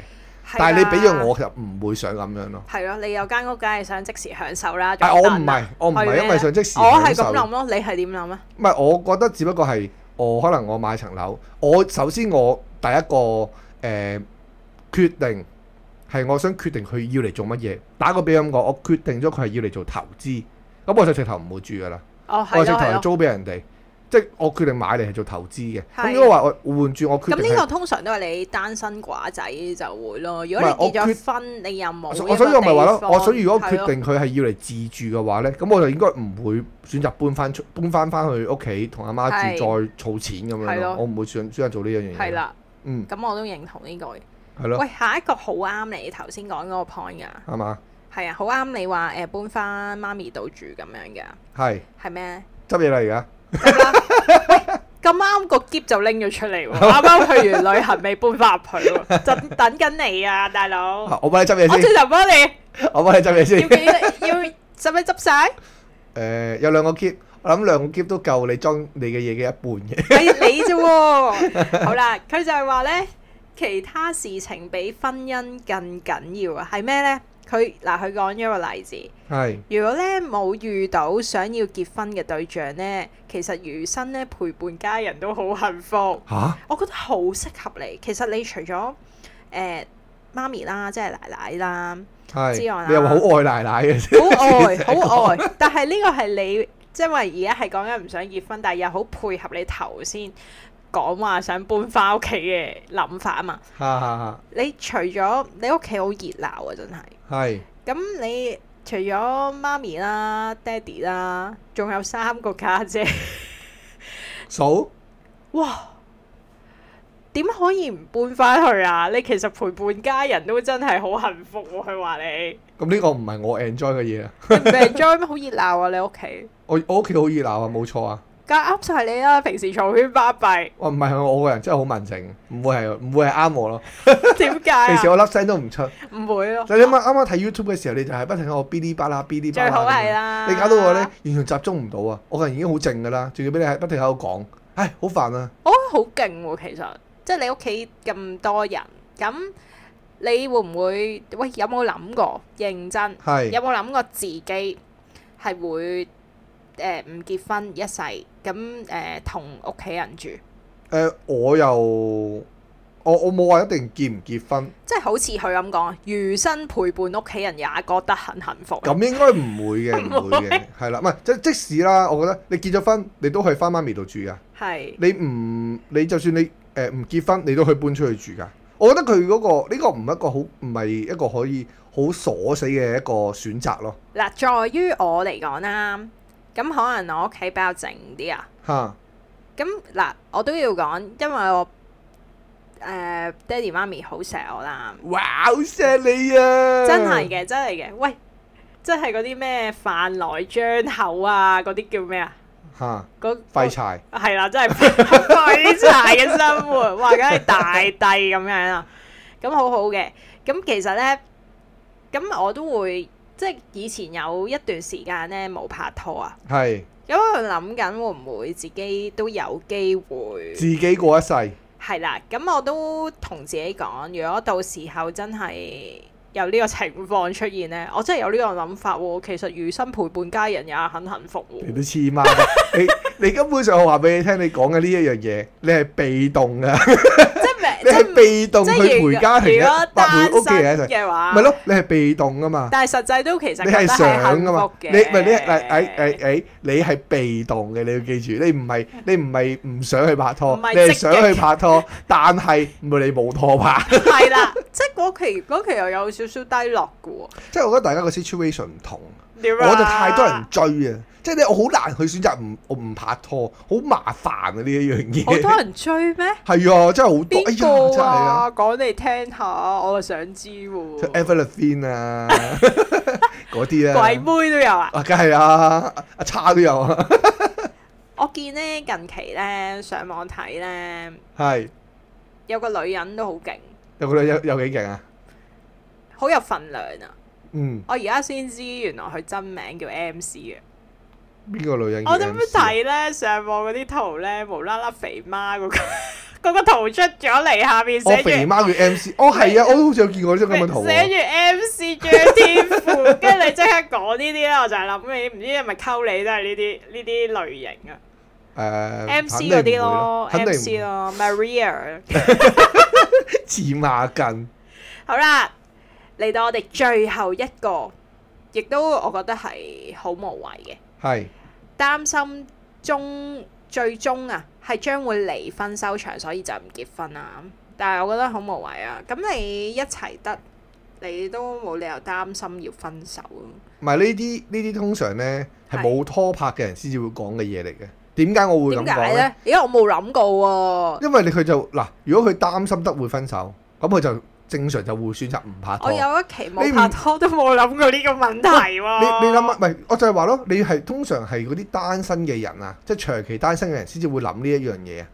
係
但係你
啊
俾咗我就唔會想咁樣咯。
係咯，你有間屋梗係想即時享受啦，
但我唔
仲得
係
啊，
我唔係
係
因為想即時
我
享
係咁
受
諗咯，你係點諗啊？
唔係，我覺得只不過係我可能我買層樓，我首先我第一個誒、呃、決定係我想決定佢要嚟做乜嘢。打個比咁講，我決定咗佢係要嚟做投資，咁我就直頭唔會住噶啦，
哦，
我
係
就直
咯
頭
係
係
咯，
租俾人哋，即係我決定買嚟係做投資嘅。咁
係
如果話我換住我決
咁
定
呢個
係，
通常都係你單身寡仔就會咯。如
唔
果
係我
你結
決
咗婚，你又冇
我所我
一個地方。
所以我咪話咯，我所以如果我
係
決
咯
定佢係要嚟自住嘅話呢，咁我就應該唔會選擇搬翻出搬翻翻去屋企同阿媽
係
住，再儲錢咁樣
係
咯
咯。
我唔會選選擇做呢樣嘢。
係，啦，
嗯，
咁我都認同呢句。
係咯。
喂，下一個好啱你頭先講嗰個 point 噶，
係嘛？
係啊，好啱你話誒搬翻媽咪度住咁樣 噶，
係
係咩？
執嘢啦而家，
咁啱個箧就拎咗出嚟喎，啱啱去完旅行未搬翻入去 喎，就等緊你啊，大佬！
啊我幫你執嘢
我
先，
轉頭 幫你，
我幫你執嘢
要
先。
幾要使唔使執晒？
誒有兩個 keep，我諗兩個 keep 都夠你裝你嘅嘢嘅一半嘅。
係哎你啫喎。好啦，佢就係話呢，其他事情比婚姻更緊要啊。係咩呢？佢嗱，佢講咗個例子，
係
如果呢冇遇到想要結婚嘅對象呢，其實餘生呢陪伴家人都好幸福。
吓？
我覺得好適合你。其實你除咗誒媽咪啦，即係奶奶啦，知啊我
係
啦
你又話好愛奶奶 嘅，
好愛好愛，但係呢個係你，即係因為而家係講緊唔想結婚，但係又好配合你頭先講話想搬翻屋企嘅諗法啊嘛。
哈哈
你除咗你屋企好熱鬧啊，真係。
哈！係
咁你除咗媽咪啦、爹哋啦，仲有三個家姐，
數
哇！點可以唔搬翻去啊？你其實陪伴家人都真係好幸福喎、佢話你，
咁呢個唔係我 enjoy 嘅嘢啊！
你唔 enjoy 咩？好熱鬧啊！你屋企，
我我屋企好熱鬧啊，冇錯啊！
梗係啱晒你啦！平時嘈圈巴閉。
我唔係我個人真係好文靜，唔會係唔會係啱我咯。
點解
平時
啊？
我粒聲都唔出。
唔會咯，
你啱啱啱啱睇 YouTube 嘅時候，你就係不停喺我嗶哩吧啦嗶哩吧啦咁
最
樣。
好係啦。
你搞到我咧，完全集中唔到啊！我個人已經好靜噶啦，仲要俾你係不停喺度講，唉，好煩啊！
我覺得好勁喎，其實即係你屋企咁多人，咁你會唔會喂有冇諗過認真？
係
有冇諗過自己係會誒唔、結婚一世咁誒同屋企人住？
誒，我又我我冇話一定結唔結 婚，
即係好似佢咁講，餘生陪伴屋企人也覺得很幸福。
咁應該唔會嘅，唔會嘅，係啦，唔係即即使啦，我覺得你結咗婚，你都去翻媽咪度住噶。
係
你唔你就算你誒唔結婚，你都可以搬出去住㗎。我覺得佢嗰、個呢、個唔係一個好唔係一個可以好鎖死嘅一個選擇咯。
嗱，在於我嚟講啦，咁可能我屋企比較靜啲啊。
嚇
咁嗱，我都要講，因為我誒、呃爹哋媽咪好錫我啦，
哇！好錫你啊！
真係嘅，真係嘅。喂，即係嗰啲咩飯來張口啊，嗰啲叫咩啊？
嚇
嗰
廢柴
係啦，真係廢 柴嘅生活，哇，梗係大帝咁樣啦。咁好好嘅，咁其實呢，咁我都會即係以前有一段時間呢冇拍拖啊，
係
咁我諗緊會唔會自己都有機會
自己過一世係
係啦。咁我都同自己講，如果到時候真係有呢個情況出現呢，我真係有呢個諗法喎。其實餘生陪伴家人也很幸福喎。
你都黐孖 嘅。你你根本上我話俾你聽，你講嘅呢一樣嘢，你係被動 㗎，
即係
你係被動
即
去
係如
陪
果
家庭
如
嘅，
果
或陪屋企人一
單身
齊，
嘅話，
咪咯，你係被動㗎嘛。
但係實際都其實
你
覺
係
得
想
幸
噶嘛？
福
你唔
嘅。
係你係誒誒誒誒，哎你係被動嘅，你要記住，你唔係你唔係唔想去拍拖，
唔
你
係
係
積極
想去拍拖，但係唔係你冇拖拍。
係啦，即係嗰期嗰期又有少少低落嘅喎。
即係我覺得大家個 situation 唔同，
點啊
我就太多人追啊！即係你我好難去選擇唔我唔拍拖，好麻煩啊呢一樣嘢。
好多人追 咩？
係啊，真係好多，哎
邊
呀，真
個
係啊
啊？講嚟聽下，我就想知喎。
，Evelyn Levine 啊，嗰啲啊，
鬼妹都有啊！
啊，梗係啊，阿叉都有啊，
我見呢近期呢上網睇呢，
係
有個女人都好勁，
有個女有有幾勁啊？
好有份量啊！
嗯，
我而家先知原來佢真名叫 MC 嘅。
邊個女人叫
我點
MC
樣
啊
睇咧？上網嗰啲圖咧，無啦啦肥媽嗰、個 嗰個圖出咗嚟，下面
我
寫住
肥媽叫 MC，哦係啊，我都好似有見過呢張咁嘅圖
啊寫
喎。
住 MC 張天賦，跟住你即刻講呢啲咧，我就係諗你唔知係咪溝你都係呢啲呢啲類型啊
誒
，MC 嗰啲咯
肯定唔會
，MC 咯，Maria。
字馬近
好啦，嚟到我哋最後一個，亦都我覺得係好無謂嘅，
係
擔心中最終啊係將會離婚收場，所以就唔結婚啦。但係我覺得好無謂啊！咁你一齊得，你都冇理由擔心要分手啊。
唔係呢啲呢啲通常咧係
係
冇拖拍嘅人先至會講嘅嘢嚟嘅。點解我會咁
點解
講咧？
呢？咦，我冇諗過喎、
因為你佢就嗱，如果佢擔心得會分手，咁佢就正常就會選擇唔拍拖。
我
你
有一期
你
冇
唔
拍拖都冇諗過呢個問題喎、
你諗下，唔係我就係話咯，你係通常係嗰啲單身嘅人啊，即係長期單身嘅人先至會諗呢一樣嘢啊，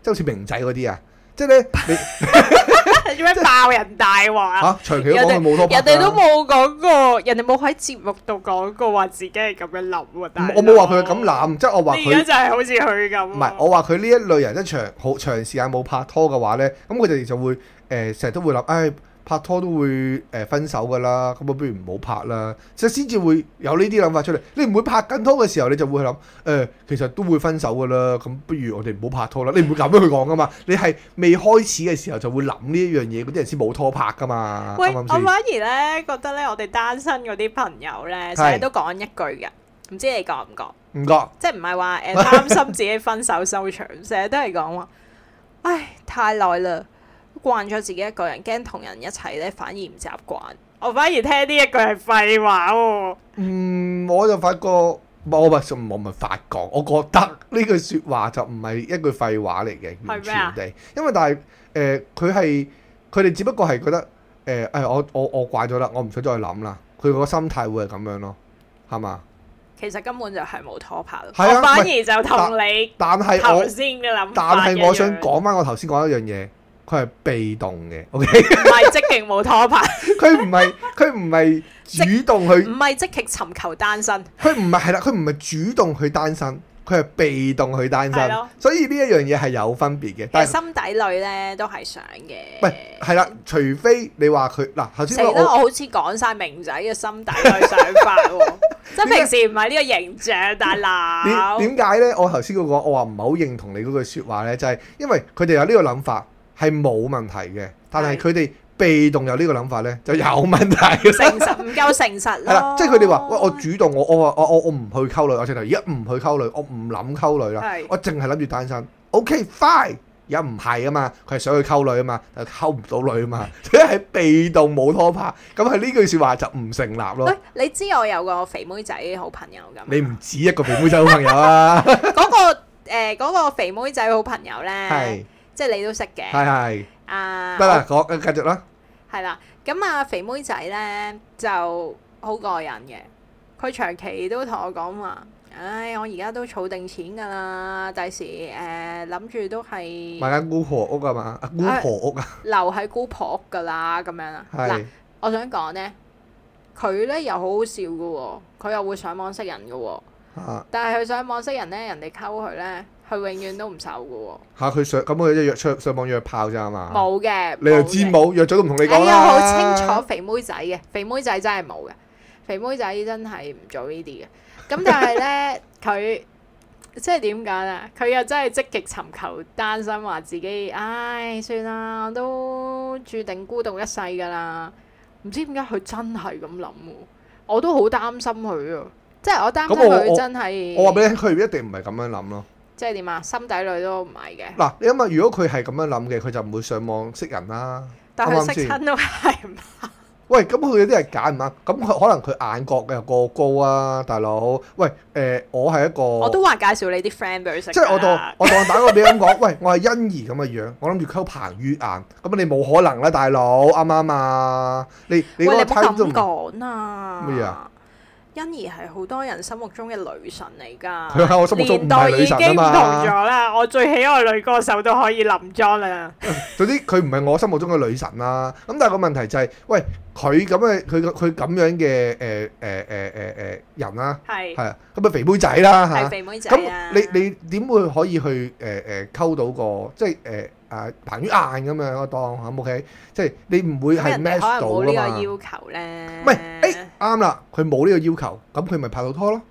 即係好似明仔嗰啲啊，即係咧 你
做咩爆人大話
嚇長期都講佢冇拖拍
人
㗎
哋都
啦
冇講過，人哋冇喺節目度講過話自己係咁樣諗喎。
唔
但係
我冇話佢咁，濫，即係我話
你而
佢
家就係好似佢咁。
唔係，我話佢呢一類人即係長好長時間冇拍拖嘅話咧，咁佢哋就會誒成日都會諗，唉、拍拖都會誒、分手㗎啦，咁我啊不如唔好拍啦，即係先至會有呢啲諗法出嚟。你唔會拍緊拖嘅時候，你就會諗誒、其實都會分手㗎啦，咁不如我哋唔好拍拖啦。你唔會咁樣去講㗎嘛？你係未開始嘅時候就會諗呢一樣嘢，嗰啲人先冇拖拍㗎嘛，
喂，
啱
我
唔啱先
反而咧覺得咧，我哋單身嗰啲朋友咧，成日都講一句嘅，唔知你講唔講？？
唔覺
即係唔係話誒擔心自己分手收場，成日都係講話，唉，太耐啦，慣咗自己一個人，驚同人一齊咧，反而唔習慣。我反而聽呢一句係廢話喎。
嗯，我就發覺，我唔係我唔係發覺，我覺得呢句説話就唔係一句廢話嚟嘅，完
係咩啊
全地，因為但係誒，佢係佢哋只不過係覺得誒誒、哎我我我怪咗啦，我唔想再諗啦，佢個心態會係咁樣咯，係嘛？
其實根本就係冇拖拍咯，
係啊
我反而
喂
就同你
但係
頭
我
先嘅諗
但
法一樣
係我想講翻我頭先講一樣嘢，佢係被動嘅，OK，
唔係積極冇拖拍，
佢唔係佢唔係主動去
唔係積極尋求單身，
佢唔係係啦，佢唔係主動去單身，佢係被動去單
係
身
咯，
所以呢一樣嘢係有分別嘅。但
但
係
心底裏咧都係想嘅。
唔係係啦，除非你話佢嗱頭
死
先
啦！
我
我好似講晒明仔嘅心底裏想法 喎，即係平時唔係呢個形象，大佬。
點點解咧？我頭先嗰個我話唔係好認同你嗰句説話咧，就係、因為佢哋有呢個諗法係冇問題嘅，但係
係
佢哋被動有呢個諗法咧就有問題啦。
誠實唔夠誠實
係啦
咯。，
即係佢哋話：喂，我主動，我我話我我我唔去溝女，我直頭而家唔去溝女，我唔諗溝女啦
係，
我淨係諗住單身。OK fine，而家唔係啊嘛，佢係想去溝女啊嘛，但係溝唔到女啊 嘛，所以係被動冇拖拍。咁係呢句説話就唔成立咯
喂。，你知我有個肥妹仔好朋友咁，
你唔止一個肥妹仔好朋友 啊，
嗰個誒嗰個肥妹仔好朋友咧
係，
即係你都識嘅
係係，
啊，
得啦，講繼續啦。
係啦，咁啊肥妹仔咧就好過癮嘅，佢長期都同我講話，唉，我而家都儲定錢㗎啦，第時誒諗住都係
買間姑婆屋啊嘛，啊姑婆屋啊，
留喺姑婆屋㗎啦，咁樣啦。嗱
係，
我想講咧，佢咧又好好笑㗎喎，佢又會上網識人㗎喎，
嚇
但係佢上網識人咧，人哋溝佢咧，佢永遠都唔受㗎
嚇佢上咁佢一約出上網約炮咋
喎，
嘛？
冇嘅。
你又
嘅
知冇？約咗都唔同你
哎
講
呀，
啦。
好清楚肥妹仔嘅，肥妹仔真係冇嘅，肥妹仔真係唔做呢啲嘅。咁但 係咧，佢即係點講啊？佢又真係積極尋求單身，話自己唉算啦，我都注定孤獨一世㗎啦。唔知點解佢真係咁諗喎，我都好擔心佢啊！即係我擔心
咁我
佢真係，
我話俾你聽，佢一定唔係咁樣諗咯。
即係點啊？心底裏都唔係嘅，
嗱，你諗下，如果佢係咁樣諗嘅，佢就唔會上網識人啦。
但係
啱
佢
啱
識
先哦
親都係唔
喂，咁佢有啲人揀唔啱，咁佢可能佢眼角又過高啊，大佬。喂，誒、我係一個，
我都話介紹你啲 friend 俾佢識㗎啦。
即係我當我當打個比咁講， 喂，我係欣宜咁嘅樣，我諗住溝彭于晏，咁你冇可能啦，大佬，啱唔啱啊？你你
喂，
嗰個
你唔好
type 都
咁
唔
講啊！
咩
啊？欣怡係好多人心目中嘅女神嚟㗎，
佢喺我心目中唔
年代
係
已
女神啊
經唔
嘛
同咗啦。我最喜愛女歌手都可以冧妝啦。
總之佢唔係我心目中嘅女神啦。咁但係個問題就係、喂，佢咁嘅佢佢咁樣嘅誒誒誒誒誒人啦、
係
係啊，咁啊肥妹仔啦
係
嚇。
肥妹仔啊！
咁你你點會可以去誒誒溝到個即係誒啊彭於晏咁樣我當咁 OK？即係你唔會
咁
係
人哋
match
可
到
能冇
噶
呢
嘛
個？要求咧。
唔係誒啱啦，佢冇呢個要求，咁佢咪拍到拖咯？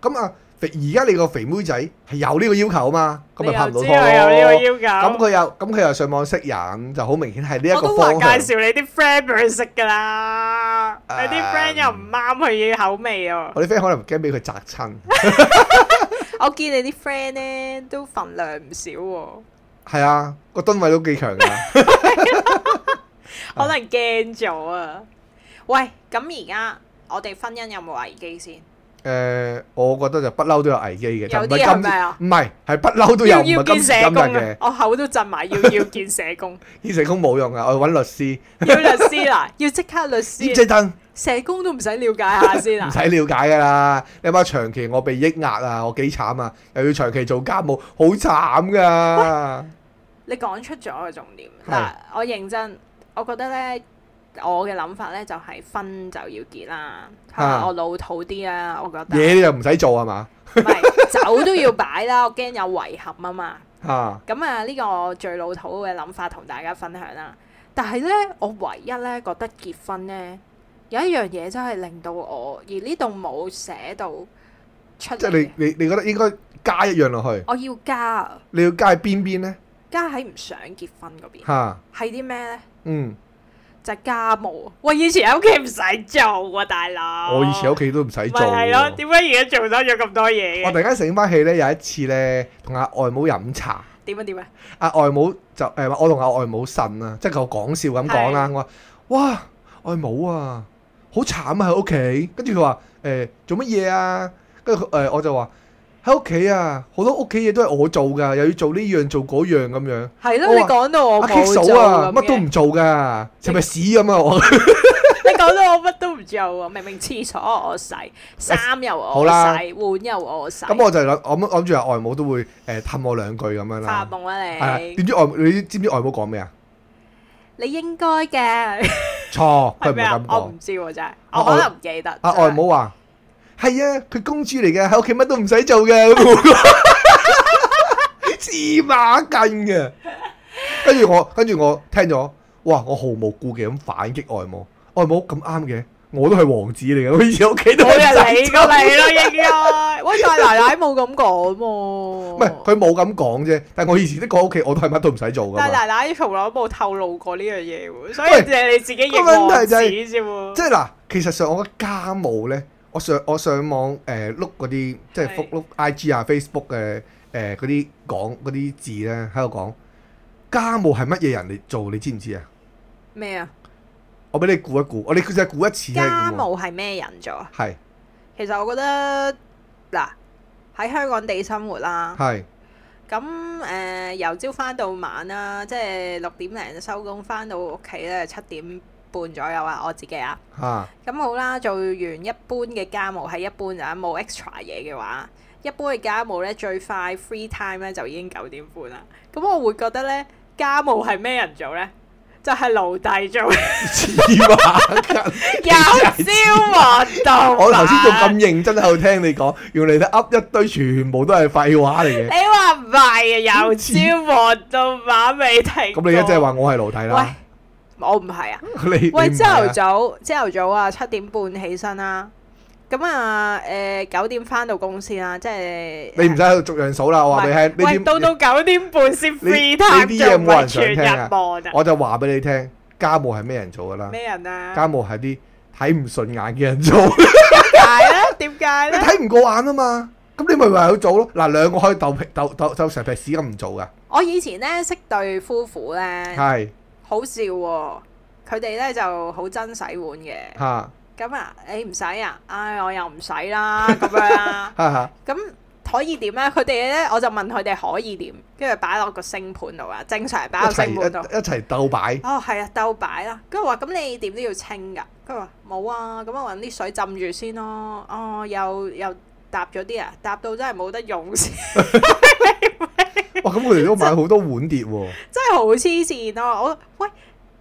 咁啊肥而家你個肥妹仔係有呢個要求啊嘛，咁咪拍唔到
你又知
拖
佢有呢
咯。
個要
咁
求。
佢又咁佢又上網識人，就好明顯係呢一
我
個
都話
方向。
介紹你啲 friend 俾佢識㗎啦，你啲
誒
friend 又唔啱佢嘅口味啊！
我啲 friend 可能驚俾佢砸親，
我見你啲 friend 咧都份量唔少喎，
係啊，個噸位都幾強㗎。啊
可能驚咗啊！喂，咁而家我哋婚姻有冇危機先？
誒、呃我覺得就不嬲都有危機嘅，就唔
有啲係
係
咪啊
今唔係係不嬲都有，
要
唔
要
係今
見
時
社
今日
工啊
嘅！
我口都 震埋，要要見社工，
醫社工冇用啊，我要揾律師，
要律 師啦，要即刻律
醫即
師，
登唔
社工都唔使了解下先啊
使！了解㗎啦。你諗下長期我被抑壓啊，我幾慘啊，又要長期做家務，好慘㗎。
你講出咗個重點
係
嗱，我認真，我覺得咧，我嘅諗法咧就係婚就要結啦，可能
啊
我老土啲啊，我覺得
嘢你又唔使做係嘛？
唔係酒都要擺啦，我驚有遺憾啊嘛。
嚇
咁啊，呢個最老土嘅諗法同大家分享啦。但係呢，我唯一呢覺得結婚呢，有一樣嘢真係令到我，而呢度冇寫到出
即
嚟嘅
係。你你你覺得應該加一樣落去，
我要加啊，
你要加喺邊邊咧？
加喺唔想結婚嗰邊，
嚇
係啲咩呢？
嗯，
就係家務啊。喂，以前喺屋企唔使做啊，大佬。
我以前喺屋企都唔使
咪
做
係咯，
喎。
點解而家做多咗咁多嘢
我突
嘅？
然間醒翻起咧，有一次咧，同阿外母飲茶。
點啊點啊！
阿外母就誒、我同阿外母呻啊，即係我講笑咁講啦。我話：哇，外母啊，好慘啊喺屋企。跟住佢話：誒做乜嘢啊？跟住佢誒我就話喺屋企啊，好多屋企嘢都係我做㗎，又要做呢樣做嗰樣咁樣。
係咯，
我
你
話
講到我
阿
冇
Kick
做
嫂啊，
咁
乜都
嘅，
唔做㗎，係咪屎咁啊？我
你講到我乜都唔做啊！明明廁所我洗，衫又我
好啦
洗，碗又我洗，
咁我就諗，我諗住阿外母都會誒氹我兩句咁樣
發
啦。
夢啦
係啊
你！
點知外母你知唔知外母講咩啊？
你應該嘅
錯，佢
係
唔
咩
係
啊
咁？
我
講
唔。知喎真係，
啊
我可
外
能唔記得。
阿
真係
外母話：係啊，佢公主嚟嘅，喺屋企乜都唔使做 嘅，咁黐孖筋嘅。跟住我，跟住我聽咗，哇！我毫無顧忌咁反擊外母，外母咁啱嘅，我都係王子嚟嘅，我以前屋企都
我
係
又
仔
嚟過嚟 啦，應該。喂，但係奶奶冇咁講喎。唔
唔係佢冇咁啊講啫，但係我以前都講屋企我都係乜都唔使做噶
但係
嘛。
奶奶從來都冇透露過呢樣嘢喎，所以
喂
就係你自己認
個問
王
題
子
就係
啫喎。
即係嗱，其實上我嘅家務咧，我上我上網誒碌嗰啲即係
係
碌碌 IG 啊 Facebook 嘅誒嗰啲講嗰啲字咧，喺度講家務係乜嘢人嚟做，你知唔知啊？
咩啊？
我俾你估一估，我你佢就估一次
家
係啊估喎
務係咩人做啊？
係
其實我覺得嗱喺香港地生活啦，
係
咁誒、呃由朝翻到晚啦，即係六點零收工，翻到屋企咧七點半左右啊，我自己啊。
嚇
咁好啦，做完一般嘅家務係一般啊，冇 extra 嘢嘅話，一般嘅家務咧最快 free time 咧就已經九點半啦。咁我會覺得咧，家務係咩人做咧？就係、奴 隸做，
黐孖筋。
有消磨到。
我頭先仲咁認真喺度聽你講，原來你噏一堆全部都係廢話嚟嘅
你。話唔 係啊？由朝忙到晚未停。
咁你一即係話我係奴隸啦？
我唔係啊？
你你唔
喂，
係
朝頭
啊
早，朝頭早啊，七點半起身啦。咁啊，誒九點翻到公司啦，即係
你唔使喺度逐樣數啦，我話俾你聽，
喂，
呢
到
啲
到九點半先 free
呢
time
啲
就
嘢
唔
冇
係
人想
全
聽
日
啊
望啊！
我就話俾你聽，家務係咩人做噶啦？
咩人啊？
家務係啲睇唔順眼嘅人做，
點解咧？點解
你
咧？
睇唔過眼啊嘛，咁你咪唯有做咯。嗱，兩個可以鬥皮鬥鬥鬥成劈屎咁唔做噶，
我以前咧識對夫婦咧，
係
好笑喎。佢哋咧就好憎洗碗嘅，
嚇
咁啊，你唔使啊，唉，我又唔使啦，咁樣啦。
嚇嚇，
咁可以點咧？佢哋咧，我就問佢哋可以點，跟住擺落個星盤度啊，正常
一
擺落
齊
星盤度。
一一齊鬥擺，
哦，係啊，鬥擺啦。跟住話咁你點都要清㗎。佢話冇啊，咁我揾啲水浸住先咯。哦，又又搭咗啲啊，搭到真係冇得用先，
哇！咁佢哋都買好多碗碟喎，
真係好黐線咯。我喂。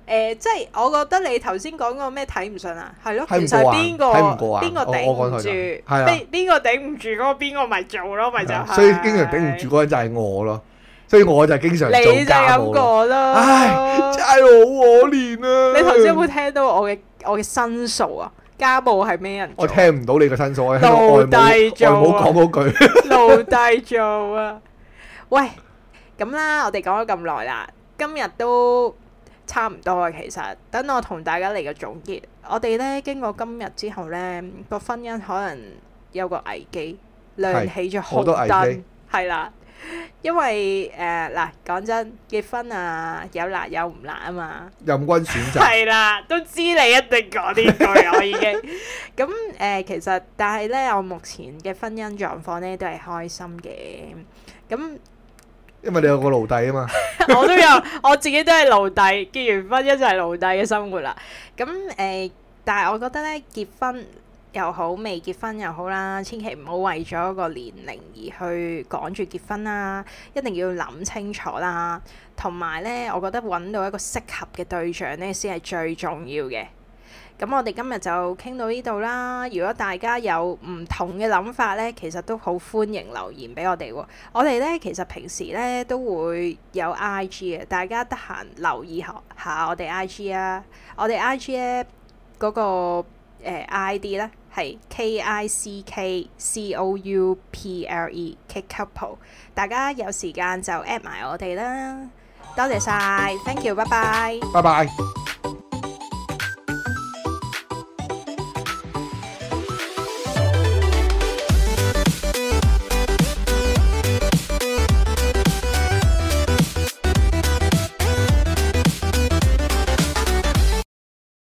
誒、即係我覺得你頭先講個咩睇唔順啊，係咯，
睇唔
其實
過啊
邊個
睇唔過啊
邊個
我
頂
我
唔
講
住，
佢㗎係啊啊
邊邊個頂唔住嗰個邊個咪做咯， 咪就係、
所以經常頂唔住嗰陣就係我咯，所以我就經常做
你就
家務
咁
咯。
過啦。
唉，真係好可憐啊！
你頭先有冇聽到我嘅我嘅申訴啊？家務係咩人做
我
啊？
聽唔到你嘅申訴，我喺度外母
奴隸做啊
外母講嗰句。
奴隸做啊！喂，咁啦，我哋講咗咁耐啦，今日都差唔多啊。其實，等我同大家嚟個總結。我哋呢經過今日之後呢，個婚姻可能有個危機，亮起咗
好
紅
多危
燈
機，
係啦。因為誒嗱，講、真，結婚啊，有辣有唔辣啊嘛。
任君選擇，
係啦，都知你一定講呢句，我已經。咁誒、呃其實但係咧，我目前嘅婚姻狀況咧都係開心嘅。咁
因為你有個奴隸啊嘛。
我都有，我自己都係奴隸，結完婚一就係奴隸嘅生活啦。咁誒、呃但係我覺得咧，結婚又好，未結婚又好啦，千祈唔好為咗個年齡而去趕住結婚啦，一定要諗清楚啦。同埋咧，我覺得揾到一個適合嘅對象咧，先係最重要嘅。咁我哋今日就傾到呢度啦。如果大家有唔同嘅諗法咧，其實都好歡迎留言俾我哋喎。我哋咧其實平時咧都會有 I G 嘅，大家得閒留意下下我哋 I G 啊。我哋 I G 咧嗰個、呃、ID 咧係 K I C K C O U P L E Kick Couple。大家有時間就 at 埋我哋啦。多謝晒 t h a n k you，拜拜。
拜拜。